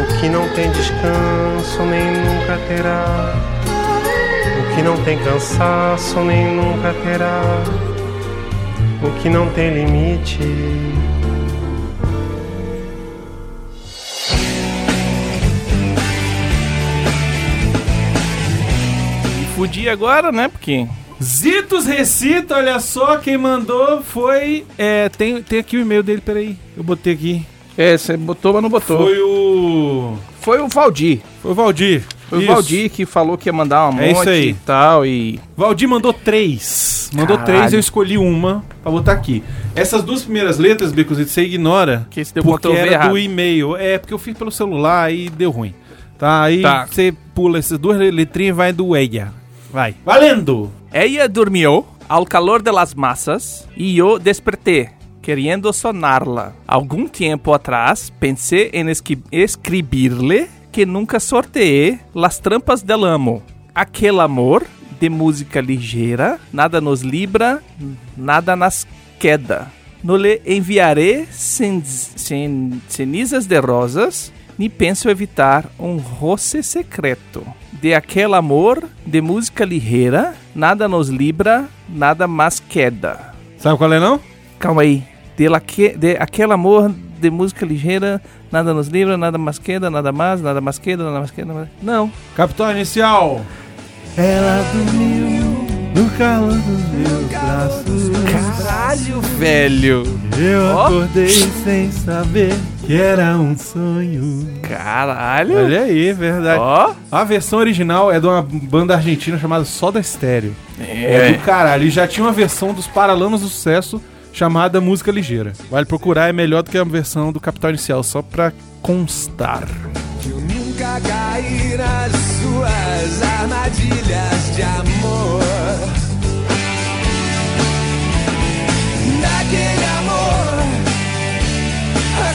Speaker 5: O que não tem descanso nem nunca terá. O que não tem cansaço nem nunca terá. O que não tem limite.
Speaker 2: Fudi agora, né? Porque.
Speaker 1: Zitos Recita, olha só, quem mandou foi. É, tem, tem aqui o e-mail dele, peraí. Eu botei aqui.
Speaker 2: É, você botou, mas não botou. Foi,
Speaker 1: Foi o.
Speaker 2: o Valdir.
Speaker 1: Foi o Valdir.
Speaker 2: Foi o
Speaker 1: Isso.
Speaker 2: Valdir que falou que ia mandar uma
Speaker 1: É isso
Speaker 2: monte
Speaker 1: aí.
Speaker 2: e tal. E.
Speaker 1: Valdir mandou três. Mandou
Speaker 2: Caralho.
Speaker 1: três, eu escolhi uma pra botar aqui. Essas duas primeiras letras, Bicosito, você ignora.
Speaker 2: Que esse deu
Speaker 1: porque
Speaker 2: Ctrl+V
Speaker 1: era
Speaker 2: errado.
Speaker 1: do e-mail. É, porque eu fiz pelo celular e deu ruim. Tá, aí
Speaker 2: Tá.
Speaker 1: você pula essas duas letrinhas e vai do Eia. Vai. Valendo!
Speaker 2: Ella dormiu ao calor de las massas e eu despertei, querendo sonarla. Algum tempo atrás, pensei em esqui- escrever-lhe que nunca sorteei las trampas del amo. Aquele amor de música ligeira, nada nos libra, nada nas queda. Não lhe enviarei cen- cen- cenizas de rosas, nem penso evitar um roce secreto. De aquele amor, de música ligeira, nada nos libra, nada mais queda.
Speaker 1: Sabe qual é não?
Speaker 2: Calma aí. De, laque- de aquele amor, de música ligeira, nada nos libra, nada mais queda, nada mais, nada mais queda, nada mais queda. nada mais- Não.
Speaker 1: Capitão inicial. Ela dormiu no calor dos meus braços.
Speaker 2: Caralho, velho.
Speaker 1: Eu
Speaker 2: Ó.
Speaker 1: acordei sem saber que era um sonho.
Speaker 2: Caralho.
Speaker 1: Olha aí, verdade.
Speaker 2: Ó.
Speaker 1: A versão original é de uma banda argentina chamada Soda Stereo. É, do caralho. E já tinha uma versão dos Paralamas do Sucesso chamada Música Ligeira. Vale procurar, é melhor do que a versão do Capital Inicial, só pra constar.
Speaker 6: Eu nunca caí nas suas armadilhas de amor. Naquele amor, a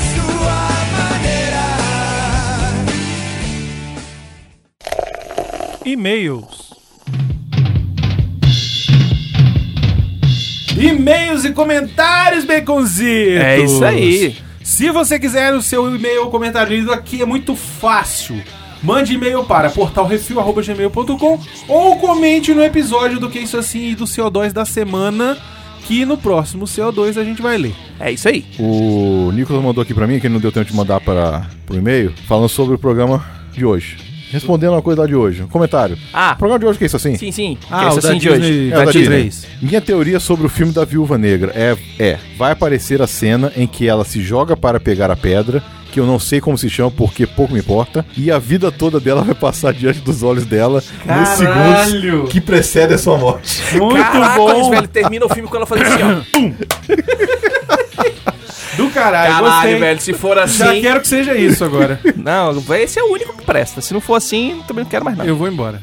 Speaker 6: sua maneira.
Speaker 2: E-mails.
Speaker 1: E-mails e comentários, Baconzitos!
Speaker 2: É isso aí.
Speaker 1: Se você quiser o seu e-mail ou comentário lido aqui, é muito fácil. Mande e-mail para portalrefil.gmail.com ou comente no episódio do Que Isso Assim e do CO2 da semana, que no próximo CO2 a gente vai ler.
Speaker 2: É isso aí.
Speaker 3: O Nicolas mandou aqui pra mim, que ele não deu tempo de mandar para o e-mail, falando sobre o programa de hoje. Respondendo a coisa lá de hoje. Um comentário.
Speaker 2: Ah.
Speaker 3: O programa de hoje que é isso assim?
Speaker 2: Sim, sim.
Speaker 1: Ah,
Speaker 2: Esse
Speaker 1: o da
Speaker 2: assim de
Speaker 1: Disney.
Speaker 2: hoje.
Speaker 3: É, o da Disney.
Speaker 1: Disney.
Speaker 3: Minha teoria sobre o filme da Viúva Negra é, é: vai aparecer a cena em que ela se joga para pegar a pedra, que eu não sei como se chama porque pouco me importa, e a vida toda dela vai passar diante dos olhos dela nos
Speaker 1: Caralho!
Speaker 3: segundos que precedem a sua morte.
Speaker 1: Muito
Speaker 2: Caracas,
Speaker 1: bom!
Speaker 2: velho. Termina o filme com ela fazendo assim, ó.
Speaker 1: Do caralho,
Speaker 2: Caralho,
Speaker 1: gostei.
Speaker 2: velho. Se for
Speaker 1: Já
Speaker 2: assim.
Speaker 1: quero que seja isso agora.
Speaker 2: Não, esse é o único que presta. Se não for assim, também não quero mais nada.
Speaker 1: Eu vou embora.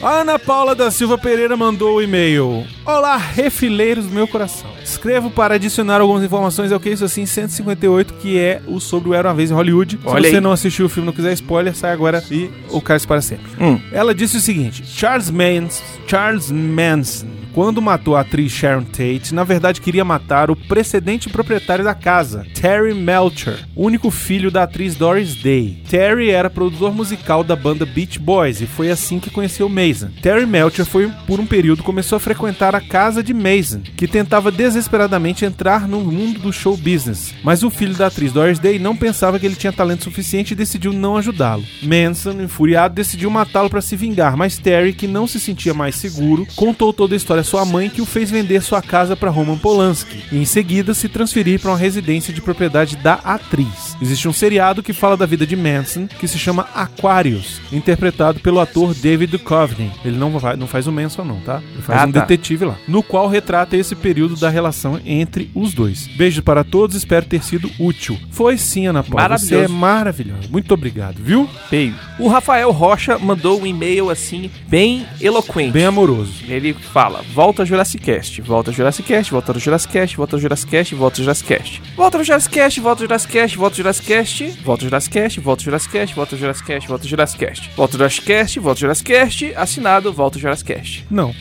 Speaker 1: A Ana Paula da Silva Pereira mandou o e-mail. Olá, refileiros do meu coração. Escrevo para adicionar algumas informações ao que isso assim 158, que é o sobre o Era uma vez em Hollywood. Se
Speaker 2: Olha
Speaker 1: você
Speaker 2: aí.
Speaker 1: não assistiu o filme, não quiser spoiler, sai agora e o cara para sempre.
Speaker 2: Hum.
Speaker 1: Ela disse o seguinte: Charles Manson, Charles Manson, quando matou a atriz Sharon Tate, na verdade queria matar o precedente proprietário da casa, Terry Melcher, único filho da atriz Doris Day. Terry era produtor musical da banda Beach Boys e foi assim que conheceu Mason. Terry Melcher foi por um período começou a frequentar a casa de Mason, que tentava desesperadamente entrar no mundo do show business, mas o filho da atriz Doris Day não pensava que ele tinha talento suficiente e decidiu não ajudá-lo. Manson, enfuriado, decidiu matá-lo para se vingar, mas Terry, que não se sentia mais seguro, contou toda a história à sua mãe que o fez vender sua casa para Roman Polanski e em seguida se transferir para uma residência de propriedade da atriz. Existe um seriado que fala da vida de Manson que se chama Aquarius, interpretado pelo ator David Duchovny. Ele não, vai- não faz o Manson não, tá? Ele faz
Speaker 2: Ah,
Speaker 1: um
Speaker 2: tá.
Speaker 1: detetive lá, no qual retrata esse período da relação entre os dois. Beijo para todos, espero ter sido útil. Foi sim, Ana Paula,
Speaker 2: Maravilhoso.
Speaker 1: você é maravilhoso. Muito obrigado, viu?
Speaker 2: Feio. O Rafael Rocha mandou um e-mail assim, bem eloquente.
Speaker 1: Bem amoroso.
Speaker 2: Ele fala: volta Jurassic Cast, volta Jurassic Cast, volta Jurassic Cast, volta Jurassic Cast, volta Jurassic Cast. Volta Jurassic Cast, volta Jurassic Cast, volta Jurassic Cast, volta Jurassic Cast, volta Jurassic Cast, volta Jurassic Cast, volta Jurassic Cast. Volta Jurassic Cast, volta Jurassic Cast, assinado, volta Jurassic Cast.
Speaker 1: Não.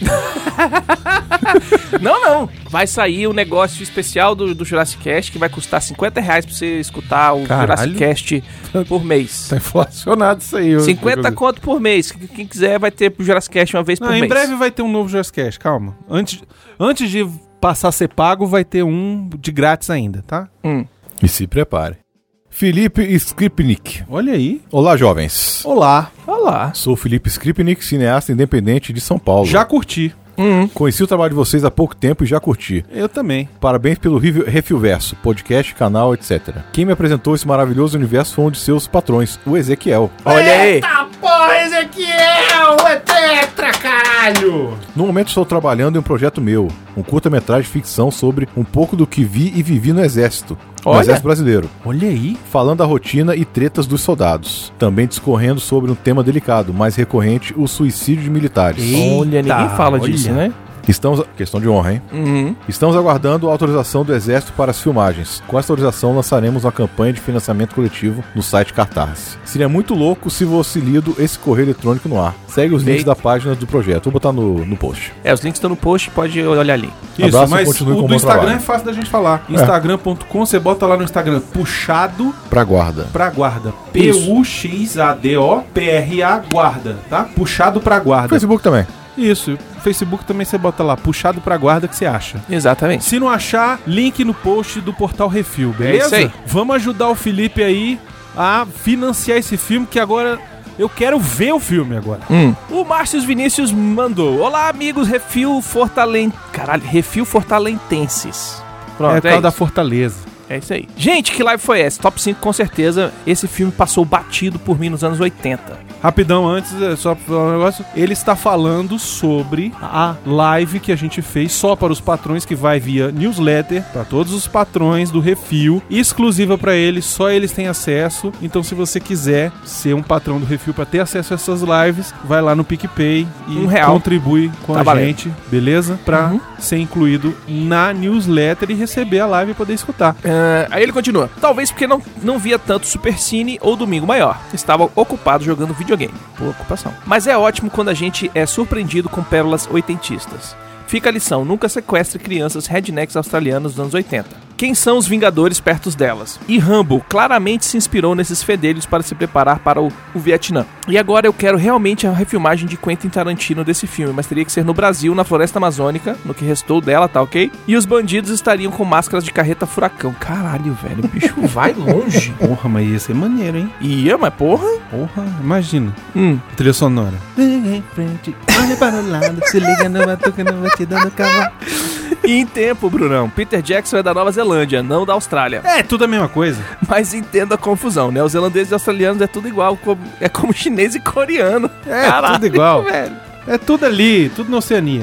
Speaker 2: Não, não. Vai sair o negócio especial do, do Jurassic Cast que vai custar 50 reais pra você escutar o
Speaker 1: Caralho.
Speaker 2: Jurassic Cast por mês.
Speaker 1: Tá inflacionado isso aí. ô-
Speaker 2: 50 conto por mês. Qu- Quem quiser vai ter pro Jurassic Cast uma vez
Speaker 1: Não,
Speaker 2: por
Speaker 1: em
Speaker 2: mês.
Speaker 1: breve vai ter um novo Jazzcast, calma. Antes, antes de passar a ser pago, vai ter um de grátis ainda, tá?
Speaker 3: E se prepare. Felipe Skripnik.
Speaker 1: Olha aí.
Speaker 3: Olá, jovens.
Speaker 1: Olá.
Speaker 2: Olha lá.
Speaker 3: Sou o Felipe Skripnik, cineasta independente de São Paulo.
Speaker 1: Já curti.
Speaker 3: conheci o trabalho de vocês há pouco tempo e já curti.
Speaker 1: Eu também.
Speaker 3: Parabéns pelo Review- Refilverso, podcast, canal, etc. Quem me apresentou esse maravilhoso universo foi um de seus patrões, o Ezequiel.
Speaker 2: Olha aí.
Speaker 3: No momento estou trabalhando em um projeto meu, um curta-metragem de ficção sobre um pouco do que vi e vivi no Exército, no
Speaker 2: Olha.
Speaker 3: Exército Brasileiro,
Speaker 1: Olha aí.
Speaker 3: falando da rotina e tretas dos soldados. Também discorrendo sobre um tema delicado, mas recorrente, o suicídio de militares.
Speaker 2: Olha, ninguém fala
Speaker 1: olha.
Speaker 2: disso, né?
Speaker 3: Estamos... Questão de honra, hein?
Speaker 2: Uhum.
Speaker 3: Estamos aguardando a autorização do Exército para as filmagens. Com essa autorização, lançaremos uma campanha de financiamento coletivo no site Cartaz. Seria muito louco se fosse lido esse correio eletrônico no ar. Segue os links
Speaker 2: Eita.
Speaker 3: da página do projeto. Vou botar no, no post.
Speaker 2: É, os links estão no post, pode olhar ali.
Speaker 1: Isso,
Speaker 3: Abraço e
Speaker 1: mas
Speaker 3: continue com
Speaker 1: o
Speaker 3: o
Speaker 1: do
Speaker 3: bom
Speaker 1: Instagram
Speaker 3: trabalho.
Speaker 1: é fácil da gente falar. Instagram.com, você bota lá no Instagram puxado
Speaker 3: Pra guarda.
Speaker 1: pra guarda.
Speaker 2: Isso.
Speaker 1: P-U-X-A-D-O P-R-A guarda, tá? Puxado pra guarda.
Speaker 3: Facebook também.
Speaker 1: Isso. Facebook também você bota lá, puxado pra guarda que você acha.
Speaker 2: Exatamente.
Speaker 1: Se não achar, link no post do Portal Refil, beleza?
Speaker 2: É isso aí.
Speaker 1: Vamos ajudar o Felipe aí a financiar esse filme, que agora eu quero ver o filme agora.
Speaker 2: O Márcio Vinícius mandou: Olá, amigos, refil fortalen... Caralho, refil fortalentenses. Pronto,
Speaker 1: é
Speaker 2: é,
Speaker 1: tal da
Speaker 2: isso.
Speaker 1: Fortaleza.
Speaker 2: É isso aí. Gente, que live foi essa? Top 5 com certeza. Esse filme passou batido por mim nos anos 80.
Speaker 1: Rapidão, antes, é, só pra falar um negócio. Ele está falando sobre a live que a gente fez só para os patrões, que vai via newsletter, para todos os patrões do Refil, exclusiva para eles, só eles têm acesso. Então, se você quiser ser um patrão do Refil para ter acesso a essas lives, vai lá no PicPay e
Speaker 2: Um real.
Speaker 1: contribui com
Speaker 2: Tá
Speaker 1: a
Speaker 2: valendo.
Speaker 1: gente, beleza? Para ser incluído na newsletter e receber a live e poder escutar.
Speaker 2: Ah, aí ele continua. Talvez porque não, não via tanto Supercine ou Domingo Maior. Estava ocupado jogando videogame. Boa ocupação. Mas é ótimo quando a gente é surpreendido com pérolas oitentistas. Fica a lição, nunca sequestre crianças rednecks australianas dos anos 80. Quem são os Vingadores perto delas? E Rambo claramente se inspirou nesses fedelhos para se preparar para o, o Vietnã. E agora eu quero realmente a refilmagem de Quentin Tarantino desse filme, mas teria que ser no Brasil, na floresta amazônica, no que restou dela, tá ok? E os bandidos estariam com máscaras de carreta furacão. Caralho, velho, o bicho vai longe.
Speaker 1: Porra, mas ia ser maneiro, hein?
Speaker 2: Ia, mas porra.
Speaker 1: Porra, imagina.
Speaker 2: Hum.
Speaker 1: Trilha sonora.
Speaker 2: E em tempo, Brunão, Peter Jackson é da Nova Zelândia, não da Austrália.
Speaker 1: É, tudo a mesma coisa.
Speaker 2: Mas entenda a confusão, né? Os neozelandeses e australianos é tudo igual, como- é como chinês e coreano.
Speaker 1: É, tudo igual.
Speaker 2: velho.
Speaker 1: É tudo ali, tudo na Oceania.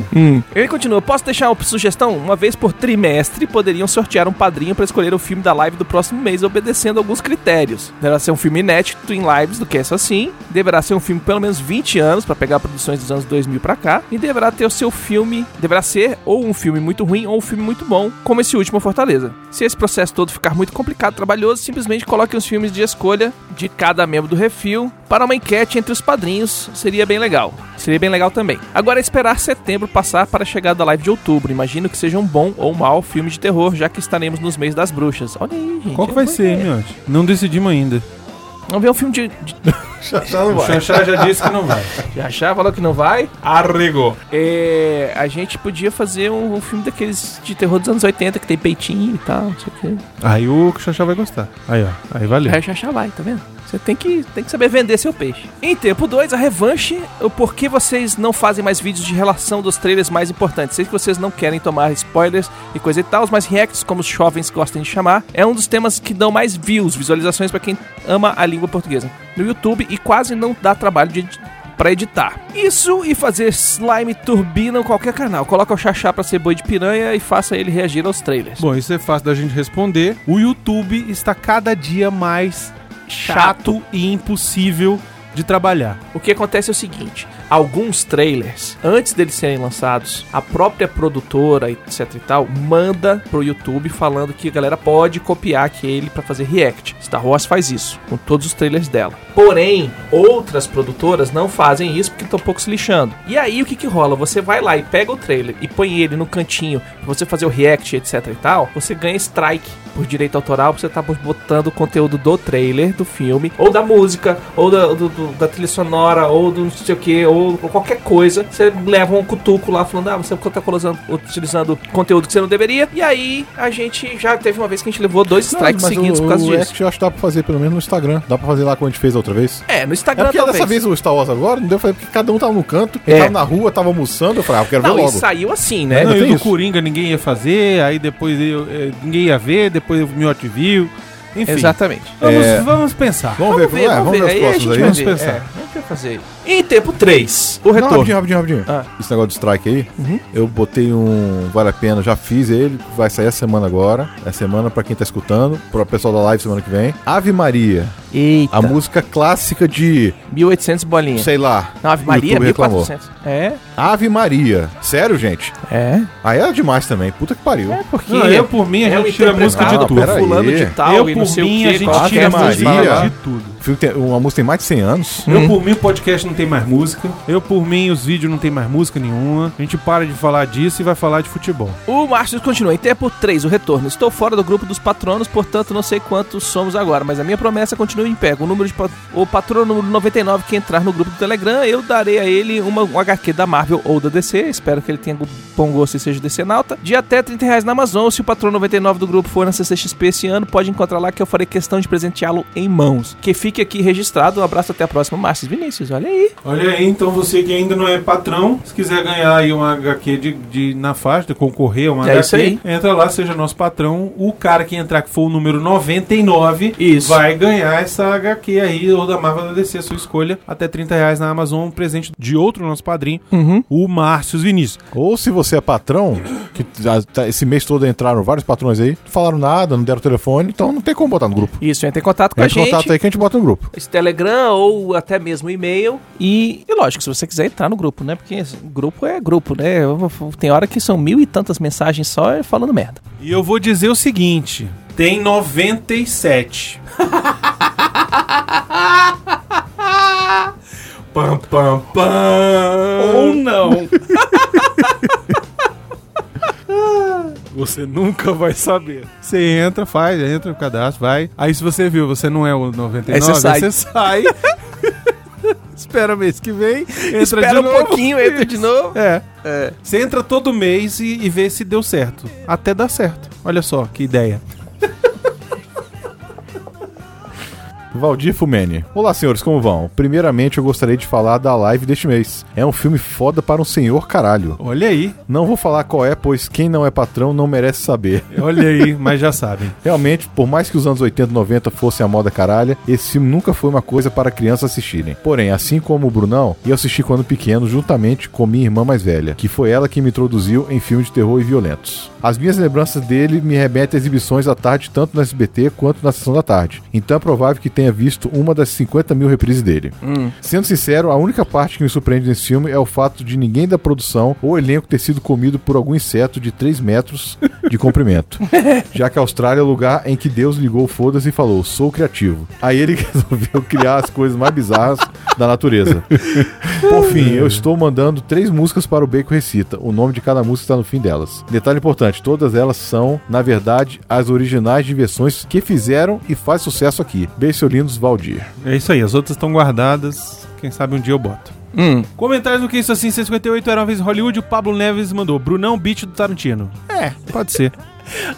Speaker 2: Ele continua, posso deixar uma sugestão? Uma vez por trimestre, poderiam sortear um padrinho pra escolher o filme da live do próximo mês, obedecendo alguns critérios. Deverá ser um filme inédito em lives do que é isso assim, deverá ser um filme pelo menos 20 anos, pra pegar produções dos anos 2000 pra cá, e deverá ter o seu filme, deverá ser ou um filme muito ruim ou um filme muito bom, como esse último Fortaleza. Se esse processo todo ficar muito complicado, trabalhoso, simplesmente coloque os filmes de escolha de cada membro do refil para uma enquete entre os padrinhos, seria bem legal. Seria bem legal também. Agora é esperar setembro passar para a chegada da live de outubro. Imagino que seja um bom ou mau filme de terror, já que estaremos nos meses das bruxas. Olha aí, gente. é
Speaker 1: Qual que vai ser, hein, Miote? Não decidimos ainda.
Speaker 2: Vamos ver um filme de. de...
Speaker 1: O Xanxá já disse que não vai.
Speaker 2: Já achar, falou que não vai.
Speaker 1: Arregou.
Speaker 2: É, a gente podia fazer um, um filme daqueles de terror dos anos 80 que tem peitinho e tal, não sei o quê.
Speaker 1: Aí o Xanxá vai gostar. Aí, ó. Aí valeu.
Speaker 2: Aí já já vai, tá vendo? Você tem que, tem que saber vender seu peixe. Em tempo 2, a revanche, o porquê vocês não fazem mais vídeos de relação dos trailers mais importantes. Sei que vocês não querem tomar spoilers e coisa e tal, mas reacts, como os jovens gostam de chamar, é um dos temas que dão mais views, visualizações pra quem ama a língua portuguesa no YouTube e quase não dá trabalho de edi- pra editar. Isso e fazer slime turbina em qualquer canal. Coloca o Xaxá pra ser boi de piranha e faça ele reagir aos trailers.
Speaker 1: Bom, isso é fácil da gente responder. O YouTube está cada dia mais chato e impossível de trabalhar.
Speaker 2: O que acontece é o seguinte: alguns trailers, antes deles serem lançados, a própria produtora, etc e tal, manda pro YouTube falando que a galera pode copiar aquele pra fazer react. Star Wars faz isso com todos os trailers dela. Porém, outras produtoras não fazem isso porque estão pouco se lixando. E aí o que que rola? Você vai lá e pega o trailer e põe ele no cantinho pra você fazer o react, etc e tal, você ganha strike por direito autoral, pra você tá botando o conteúdo do trailer, do filme, ou da música, ou da, do- do- da trilha sonora, ou do não sei o que, ou qualquer coisa. Você leva um cutuco lá falando, ah, você tá colosando- utilizando conteúdo que você não deveria. E aí a gente já teve uma vez que a gente levou dois strikes seguidos por causa
Speaker 3: o
Speaker 2: disso.
Speaker 3: React eu acho que dá pra fazer, pelo menos no Instagram. Dá pra fazer lá como a gente fez a outra vez.
Speaker 2: É, no
Speaker 3: É
Speaker 2: Instagram
Speaker 3: porque
Speaker 2: talvez.
Speaker 3: dessa vez o Star Wars agora não deu pra fazer, porque cada um tava no canto, eu
Speaker 2: É.
Speaker 3: tava na rua, tava almoçando, eu falei, ah, eu quero
Speaker 2: não,
Speaker 3: ver
Speaker 2: e
Speaker 3: logo.
Speaker 2: saiu assim, né?
Speaker 3: Não,
Speaker 1: Não, e
Speaker 3: tem
Speaker 1: do
Speaker 3: isso.
Speaker 1: Coringa ninguém ia fazer, aí depois eu, eh, ninguém ia ver, depois o Miote viu. Enfim.
Speaker 2: Exatamente.
Speaker 1: Vamos,
Speaker 3: É.
Speaker 1: vamos pensar.
Speaker 3: Vamos, ver, vamos, é, vamos ver, os próximos
Speaker 1: vai
Speaker 3: aí.
Speaker 1: vamos
Speaker 2: vamos pensar.
Speaker 1: pensar.
Speaker 2: a gente vai fazer. Em tempo 3, o
Speaker 3: Não,
Speaker 2: retorno.
Speaker 3: rapidinho, rapidinho, rapidinho.
Speaker 2: Ah.
Speaker 3: Esse negócio de strike aí, eu botei um Vale a Pena, já fiz ele, vai sair a semana agora. É semana pra quem tá escutando, pro pessoal da live semana que vem. Ave Maria,
Speaker 2: Eita,
Speaker 3: a música clássica de,
Speaker 2: 1800 bolinhas.
Speaker 3: sei lá,
Speaker 2: Não, Ave
Speaker 3: o
Speaker 2: Maria,
Speaker 3: YouTube reclamou.
Speaker 2: 1400. É,
Speaker 3: Ave Maria. Sério, gente?
Speaker 2: é.
Speaker 3: Aí é demais também, puta que pariu.
Speaker 2: É porque
Speaker 1: Não, eu por mim a
Speaker 2: é um
Speaker 1: gente tira a música de
Speaker 3: não,
Speaker 1: tudo.
Speaker 3: pera aí.
Speaker 2: fulano de tal
Speaker 1: Eu
Speaker 2: e não
Speaker 1: por
Speaker 2: sei
Speaker 1: mim a
Speaker 2: o que, é
Speaker 1: gente tira a
Speaker 3: Ave
Speaker 1: música
Speaker 3: Maria.
Speaker 1: de tudo.
Speaker 3: O filme tem- Uma música tem mais de 100 anos.
Speaker 1: Eu por mim o podcast não tem mais música. Eu por mim os vídeos não tem mais música nenhuma. A gente para de falar disso e vai falar de futebol.
Speaker 2: O Márcio continua. Em tempo 3, o retorno. Estou fora do grupo dos patronos, portanto não sei quantos somos agora, mas a minha promessa continua eu pego o número de pa- o patrono número 99 que entrar no grupo do Telegram, eu darei a ele uma um HQ da Marvel ou da DC. Espero que ele tenha gu- bom gosto e seja DC Nauta. De até 30 reais na Amazon. Se o patrono 99 do grupo for na CCXP esse ano, pode encontrar lá que eu farei questão de presenteá-lo em mãos. Que fique aqui registrado. Um abraço até a próxima. Márcio Vinícius, olha aí.
Speaker 1: Olha aí, então você que ainda não é patrão, se quiser ganhar aí uma HQ de, de- na faixa, de concorrer a uma
Speaker 2: É
Speaker 1: HQ,
Speaker 2: isso aí.
Speaker 1: entra lá, seja nosso patrão. O cara que entrar, que for o número 99,
Speaker 2: Isso.
Speaker 1: vai ganhar essa HQ aí, ou da Marvel ou da DC, a sua escolha, até 30 reais na Amazon, um presente de outro nosso padrinho,
Speaker 2: Uhum.
Speaker 1: o Márcio Vinícius.
Speaker 3: Ou se você é patrão, que tá- tá- esse mês todo entraram vários patrões aí, não falaram nada, não deram telefone, então não tem como botar no grupo.
Speaker 2: Isso, entra em contato com a
Speaker 3: Entra em
Speaker 2: gente.
Speaker 3: contato aí que a gente bota no grupo.
Speaker 2: Esse Telegram ou até mesmo e-mail. E, e lógico, se você quiser entrar no grupo, né? Porque esse grupo é grupo, né? Eu vou- Tem hora que são mil e tantas mensagens só falando merda.
Speaker 1: E eu vou dizer o seguinte: tem 97. pam, pam, pam. Ou não. Você nunca vai saber. Você entra, faz, entra no cadastro, vai. Aí se você viu, você não é o 99,
Speaker 2: Aí você sai.
Speaker 1: você sai. Espera mês que vem, entra de
Speaker 2: Espera um
Speaker 1: novo.
Speaker 2: pouquinho, entra de novo.
Speaker 1: É. Você entra todo mês e, e vê se deu certo. Até dá certo. Olha só que ideia.
Speaker 3: Valdir Fumene. Olá, senhores, como vão? Primeiramente, eu gostaria de falar da live deste mês. É um filme foda para um senhor caralho.
Speaker 1: Olha aí.
Speaker 3: Não vou falar qual é, pois quem não é patrão não merece saber.
Speaker 1: Olha aí, mas já sabem.
Speaker 3: Realmente, por mais que os anos 80 e 90 fossem a moda caralha, esse filme nunca foi uma coisa para crianças assistirem. Porém, assim como o Brunão, eu assisti quando pequeno juntamente com minha irmã mais velha, que foi ela que me introduziu em filmes de terror e violentos. As minhas lembranças dele me remetem a exibições à tarde tanto no SBT quanto na Sessão da Tarde, então é provável que tenha visto uma das 50 mil reprises dele. Sendo sincero, a única parte que me surpreende nesse filme é o fato de ninguém da produção ou elenco ter sido comido por algum inseto de 3 metros de comprimento. Já que a Austrália é o lugar em que Deus ligou o foda-se e falou, sou criativo. Aí ele resolveu criar as coisas mais bizarras da natureza. Por fim, eu estou mandando três músicas para o Bacon Recita. O nome de cada música está no fim delas. Detalhe importante, todas elas são, na verdade, as originais de versões que fizeram e faz sucesso aqui. Beijo, lindos, Valdir.
Speaker 1: É isso aí, as outras estão guardadas. Quem sabe um dia eu boto.
Speaker 2: Hum.
Speaker 1: Comentários no que isso assim, 158 era uma vez em Hollywood. O Pablo Neves mandou: Brunão, beat do Tarantino. É, pode ser.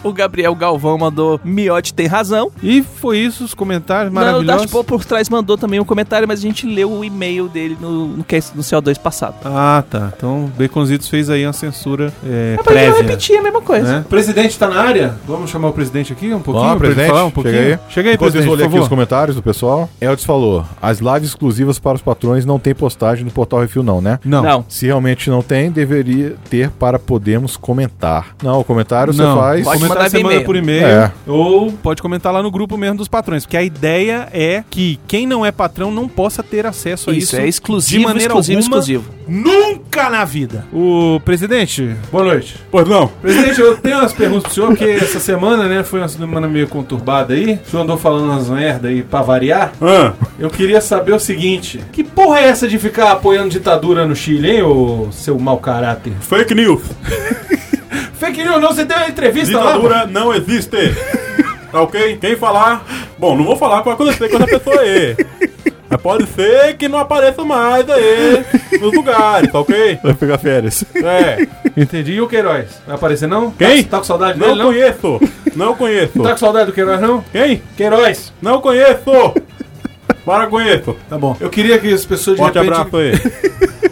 Speaker 2: O Gabriel Galvão mandou Miote tem razão.
Speaker 1: E foi isso, os comentários
Speaker 2: Não, o
Speaker 1: maravilhosos.
Speaker 2: Dash Paul por trás mandou também um comentário, mas a gente leu o e-mail dele no, no, cast- no CO2 passado.
Speaker 1: Ah, tá. Então, Baconzitos fez aí uma censura é,
Speaker 2: É pra gente não
Speaker 1: prévia.
Speaker 2: repetir a mesma coisa.
Speaker 1: né? Presidente tá na área? Vamos chamar o presidente aqui um pouquinho?
Speaker 3: Vamos lá,
Speaker 1: pra ele
Speaker 3: presidente.
Speaker 1: falar um pouquinho?
Speaker 3: Chega aí.
Speaker 1: Chega aí,
Speaker 3: Enquanto eu
Speaker 1: presidente,
Speaker 3: olhei
Speaker 1: por
Speaker 3: aqui os
Speaker 1: favor.
Speaker 3: comentários do pessoal, Eldis falou: as lives exclusivas para os patrões não tem postagem no portal Refil, não, né?
Speaker 1: Não.
Speaker 2: Não.
Speaker 3: Se realmente não tem, deveria ter para podermos comentar. Não, o comentário
Speaker 1: Não,
Speaker 3: você
Speaker 1: pode
Speaker 3: faz.
Speaker 2: Pode
Speaker 1: comentar
Speaker 2: mandar
Speaker 1: você
Speaker 2: via
Speaker 1: manda
Speaker 2: e-mail.
Speaker 1: por e-mail.
Speaker 3: É.
Speaker 1: Ou pode comentar lá no grupo mesmo dos patrões. Porque a ideia é que quem não é patrão não possa ter acesso a isso.
Speaker 2: Isso, é exclusivo,
Speaker 1: de maneira
Speaker 2: exclusivo,
Speaker 1: alguma,
Speaker 2: exclusivo.
Speaker 1: Nunca na vida. O presidente. Boa noite.
Speaker 3: Pois não.
Speaker 1: Presidente, eu tenho umas perguntas pro senhor, porque essa semana, né, foi uma semana meio conturbada aí. O senhor andou falando umas merda aí pra variar. Eu queria saber o seguinte: que porra é essa de ficar apoiando ditadura no Chile, hein, ô seu mau caráter?
Speaker 7: Fake news.
Speaker 1: Tá. Fake news, não, você deu uma entrevista lá.
Speaker 7: Ditadura não existe. Tá ok? Quem falar. Bom, não vou falar pra acontecer com essa pessoa aí. Mas pode ser que não apareça mais aí nos lugares, tá ok?
Speaker 3: Vai pegar férias.
Speaker 7: É.
Speaker 1: Entendi. E o Queiroz? Vai aparecer não?
Speaker 7: Quem?
Speaker 1: Tá, tá com saudade
Speaker 7: Não
Speaker 1: dele, não?
Speaker 7: conheço. Não conheço.
Speaker 1: Tá com saudade do Queiroz, não?
Speaker 7: Quem?
Speaker 1: Queiroz!
Speaker 7: Não conheço. Para com isso.
Speaker 1: Tá bom. Eu queria que as pessoas de
Speaker 7: Forte
Speaker 1: repente.
Speaker 7: abraço aí.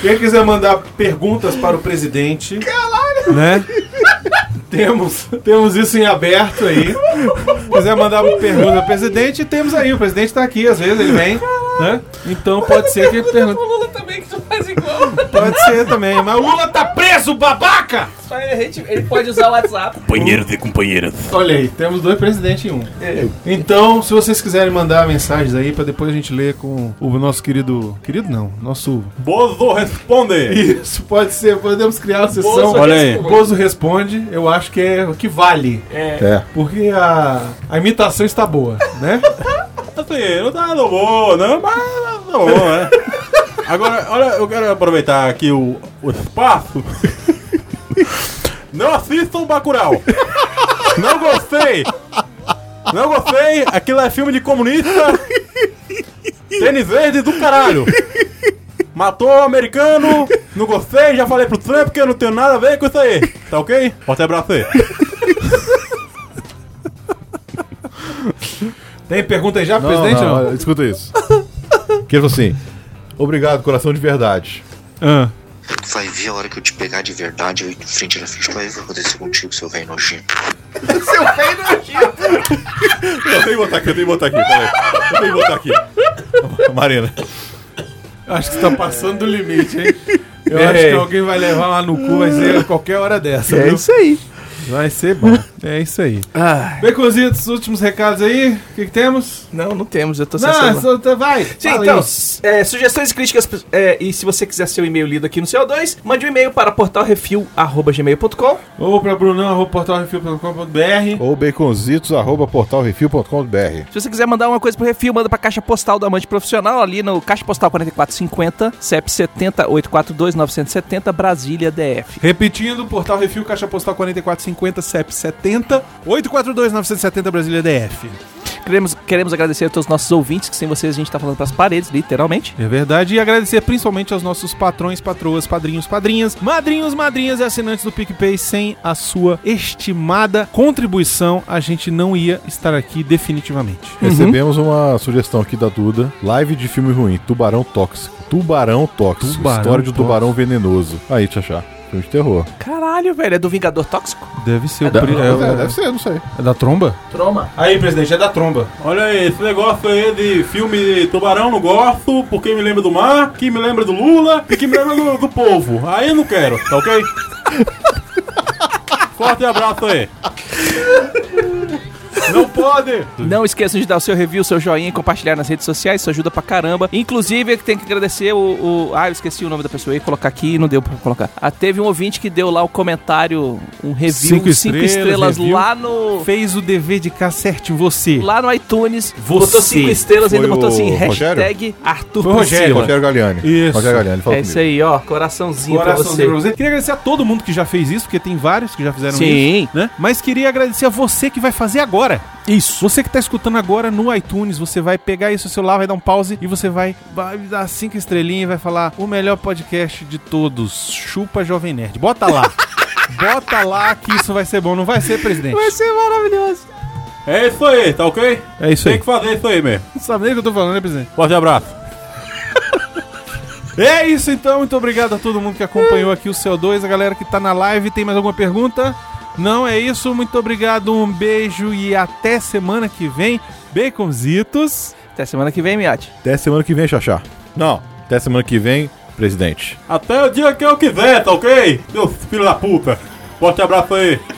Speaker 1: Quem quiser mandar perguntas para o presidente. Caralho! Né? Temos, temos isso em aberto aí. Quiser mandar uma pergunta ao presidente, temos aí. O presidente tá aqui, às vezes ele vem. Né? Então pode ser que pergunte.
Speaker 2: Lula também que tu faz igual.
Speaker 1: Pode ser também. Mas o Lula tá preso, babaca!
Speaker 2: Ele pode usar o WhatsApp.
Speaker 7: Companheiros e companheiras.
Speaker 1: Olha aí, temos dois presidentes em um. Então, se vocês quiserem mandar mensagens aí pra depois a gente ler com o nosso querido. Querido não, nosso
Speaker 7: Bozo responde.
Speaker 1: Isso pode ser, podemos criar uma sessão.
Speaker 2: Bozo
Speaker 7: Olha aí.
Speaker 1: responde. Bozo responde, eu acho que é o que vale.
Speaker 3: É.
Speaker 1: Porque a, a imitação está boa, né?
Speaker 7: Assim, não tá tão bom, não, mas tá bom, né? Agora, olha, eu quero aproveitar aqui o, o espaço. Não assistam o Bacurau. Não gostei. Não gostei, aquilo é filme de comunista. Tênis verde do caralho. Matou o americano, não gostei, já falei pro Trump que eu não tenho nada a ver com isso aí. Tá ok? Forte abraço aí.
Speaker 1: Tem pergunta aí já,
Speaker 3: Não,
Speaker 1: presidente?
Speaker 3: não,
Speaker 1: Não,
Speaker 7: é.
Speaker 3: olha, escuta isso. Que ele falou assim: Obrigado, coração de verdade.
Speaker 1: Ah.
Speaker 8: Tu vai ver a hora que eu te pegar de verdade, eu ir de frente na frente, tu vai ver o que aconteceu contigo, seu velho nojento.
Speaker 3: Eu tenho que botar aqui, eu tenho que botar aqui, peraí. Eu tenho que botar aqui. Marina.
Speaker 1: Acho que você tá passando do limite, hein? Eu
Speaker 7: É.
Speaker 3: Ei.
Speaker 1: acho que alguém vai levar lá no cu, vai ser qualquer hora dessa,
Speaker 2: É
Speaker 1: viu?
Speaker 2: isso aí.
Speaker 1: Vai ser bom. É isso aí.
Speaker 2: Ah,
Speaker 1: Baconzitos, últimos recados aí. O que, que temos?
Speaker 2: não, não temos, eu tô sem
Speaker 1: Não,
Speaker 2: celular.
Speaker 1: só- tá- vai.
Speaker 2: Sim,
Speaker 1: fala
Speaker 2: então,
Speaker 1: aí.
Speaker 2: s- é, sugestões e críticas, é, e se você quiser seu e-mail lido aqui no CO2, mande um e-mail para portalrefil.gmail.com.
Speaker 1: Ou pra brunão.portalrefil.com.br.
Speaker 3: Ou baconzitos.portalrefil.com.br.
Speaker 2: Se você quiser mandar uma coisa pro Refil, manda pra Caixa Postal do Amante Profissional, ali no Caixa Postal 4450, CEP 70 842 970, Brasília, DF.
Speaker 1: Repetindo, Portal Refil, Caixa Postal 4450, CEP 70, 842 970 Brasília DF.
Speaker 2: Queremos, queremos agradecer a todos os nossos ouvintes, que sem vocês a gente tá falando pras paredes, literalmente.
Speaker 1: É verdade, e agradecer principalmente aos nossos patrões, patroas, padrinhos, padrinhas, madrinhos, madrinhas e assinantes do PicPay. Sem a sua estimada contribuição, a gente não ia estar aqui definitivamente.
Speaker 3: Recebemos uma sugestão aqui da Duda: live de filme ruim, Tubarão Tóxico. Tubarão Tóxico.
Speaker 1: Tubarão
Speaker 3: história de um
Speaker 1: Tóxico.
Speaker 3: tubarão venenoso. Aí, Tchachá. Filme de terror.
Speaker 2: Caralho, velho, é do Vingador Tóxico?
Speaker 1: Deve ser o
Speaker 3: Da-
Speaker 1: pri- é,
Speaker 3: é,
Speaker 1: o-
Speaker 3: deve ser, não sei.
Speaker 1: é da tromba?
Speaker 2: Troma.
Speaker 1: Aí, presidente, é da tromba.
Speaker 7: Olha aí, esse negócio aí de filme Tubarão não gosto, porque me lembra do mar, que me lembra do Lula e que me lembra do, do povo. Aí eu não quero, tá ok? Forte abraço aí. Não pode!
Speaker 2: Não esqueçam de dar o seu review, seu joinha e compartilhar nas redes sociais, isso ajuda pra caramba. Inclusive, eu tenho que agradecer o, o- Ah, eu esqueci o nome da pessoa, eu ia colocar aqui e não deu pra colocar. Ah, teve um ouvinte que deu lá o comentário, um review,
Speaker 1: Cinco
Speaker 2: cinco,
Speaker 1: estrelas,
Speaker 2: estrelas,
Speaker 1: review.
Speaker 2: lá no.
Speaker 1: Fez o dever de cá certinho, você.
Speaker 2: Lá no iTunes,
Speaker 1: Você.
Speaker 2: botou cinco estrelas,
Speaker 3: Foi
Speaker 2: ainda botou
Speaker 3: o
Speaker 2: assim,
Speaker 3: Rogério?
Speaker 2: hashtag Arthur
Speaker 1: Foi o Rogério.
Speaker 2: Priscila.
Speaker 3: Rogério Galeani.
Speaker 1: Isso.
Speaker 3: Rogério Galeani, fala
Speaker 2: É
Speaker 3: comigo.
Speaker 2: isso aí, ó, coraçãozinho,
Speaker 1: Coraçãozinho
Speaker 2: pra
Speaker 1: pra
Speaker 2: você.
Speaker 1: você. Queria agradecer a todo mundo que já fez isso, porque tem vários que já fizeram
Speaker 2: Sim.
Speaker 1: isso, né? Mas queria agradecer a você que vai fazer agora. Isso. Você que tá escutando agora no iTunes, você vai pegar isso no celular, vai dar um pause e você vai, vai dar cinco estrelinhas e vai falar o melhor podcast de todos. Chupa Jovem Nerd. Bota lá. Bota lá que isso vai ser bom. Não vai ser, presidente?
Speaker 2: Vai ser maravilhoso.
Speaker 7: É isso aí, tá ok?
Speaker 1: É isso
Speaker 7: Tem
Speaker 1: aí.
Speaker 7: que fazer isso aí mesmo.
Speaker 1: Não sabe nem o que eu tô falando, né, presidente?
Speaker 7: Forte abraço.
Speaker 1: É isso então, muito obrigado a todo mundo que acompanhou aqui o CO2, a galera que tá na live, tem mais alguma pergunta? Não é isso, muito obrigado, um beijo e até semana que vem. Baconzitos.
Speaker 2: Até semana que vem, Miati.
Speaker 3: Até semana que vem, Chachá. Não, até semana que vem, presidente.
Speaker 7: Até o dia que eu quiser, tá ok? Meu filho da puta. Forte abraço aí.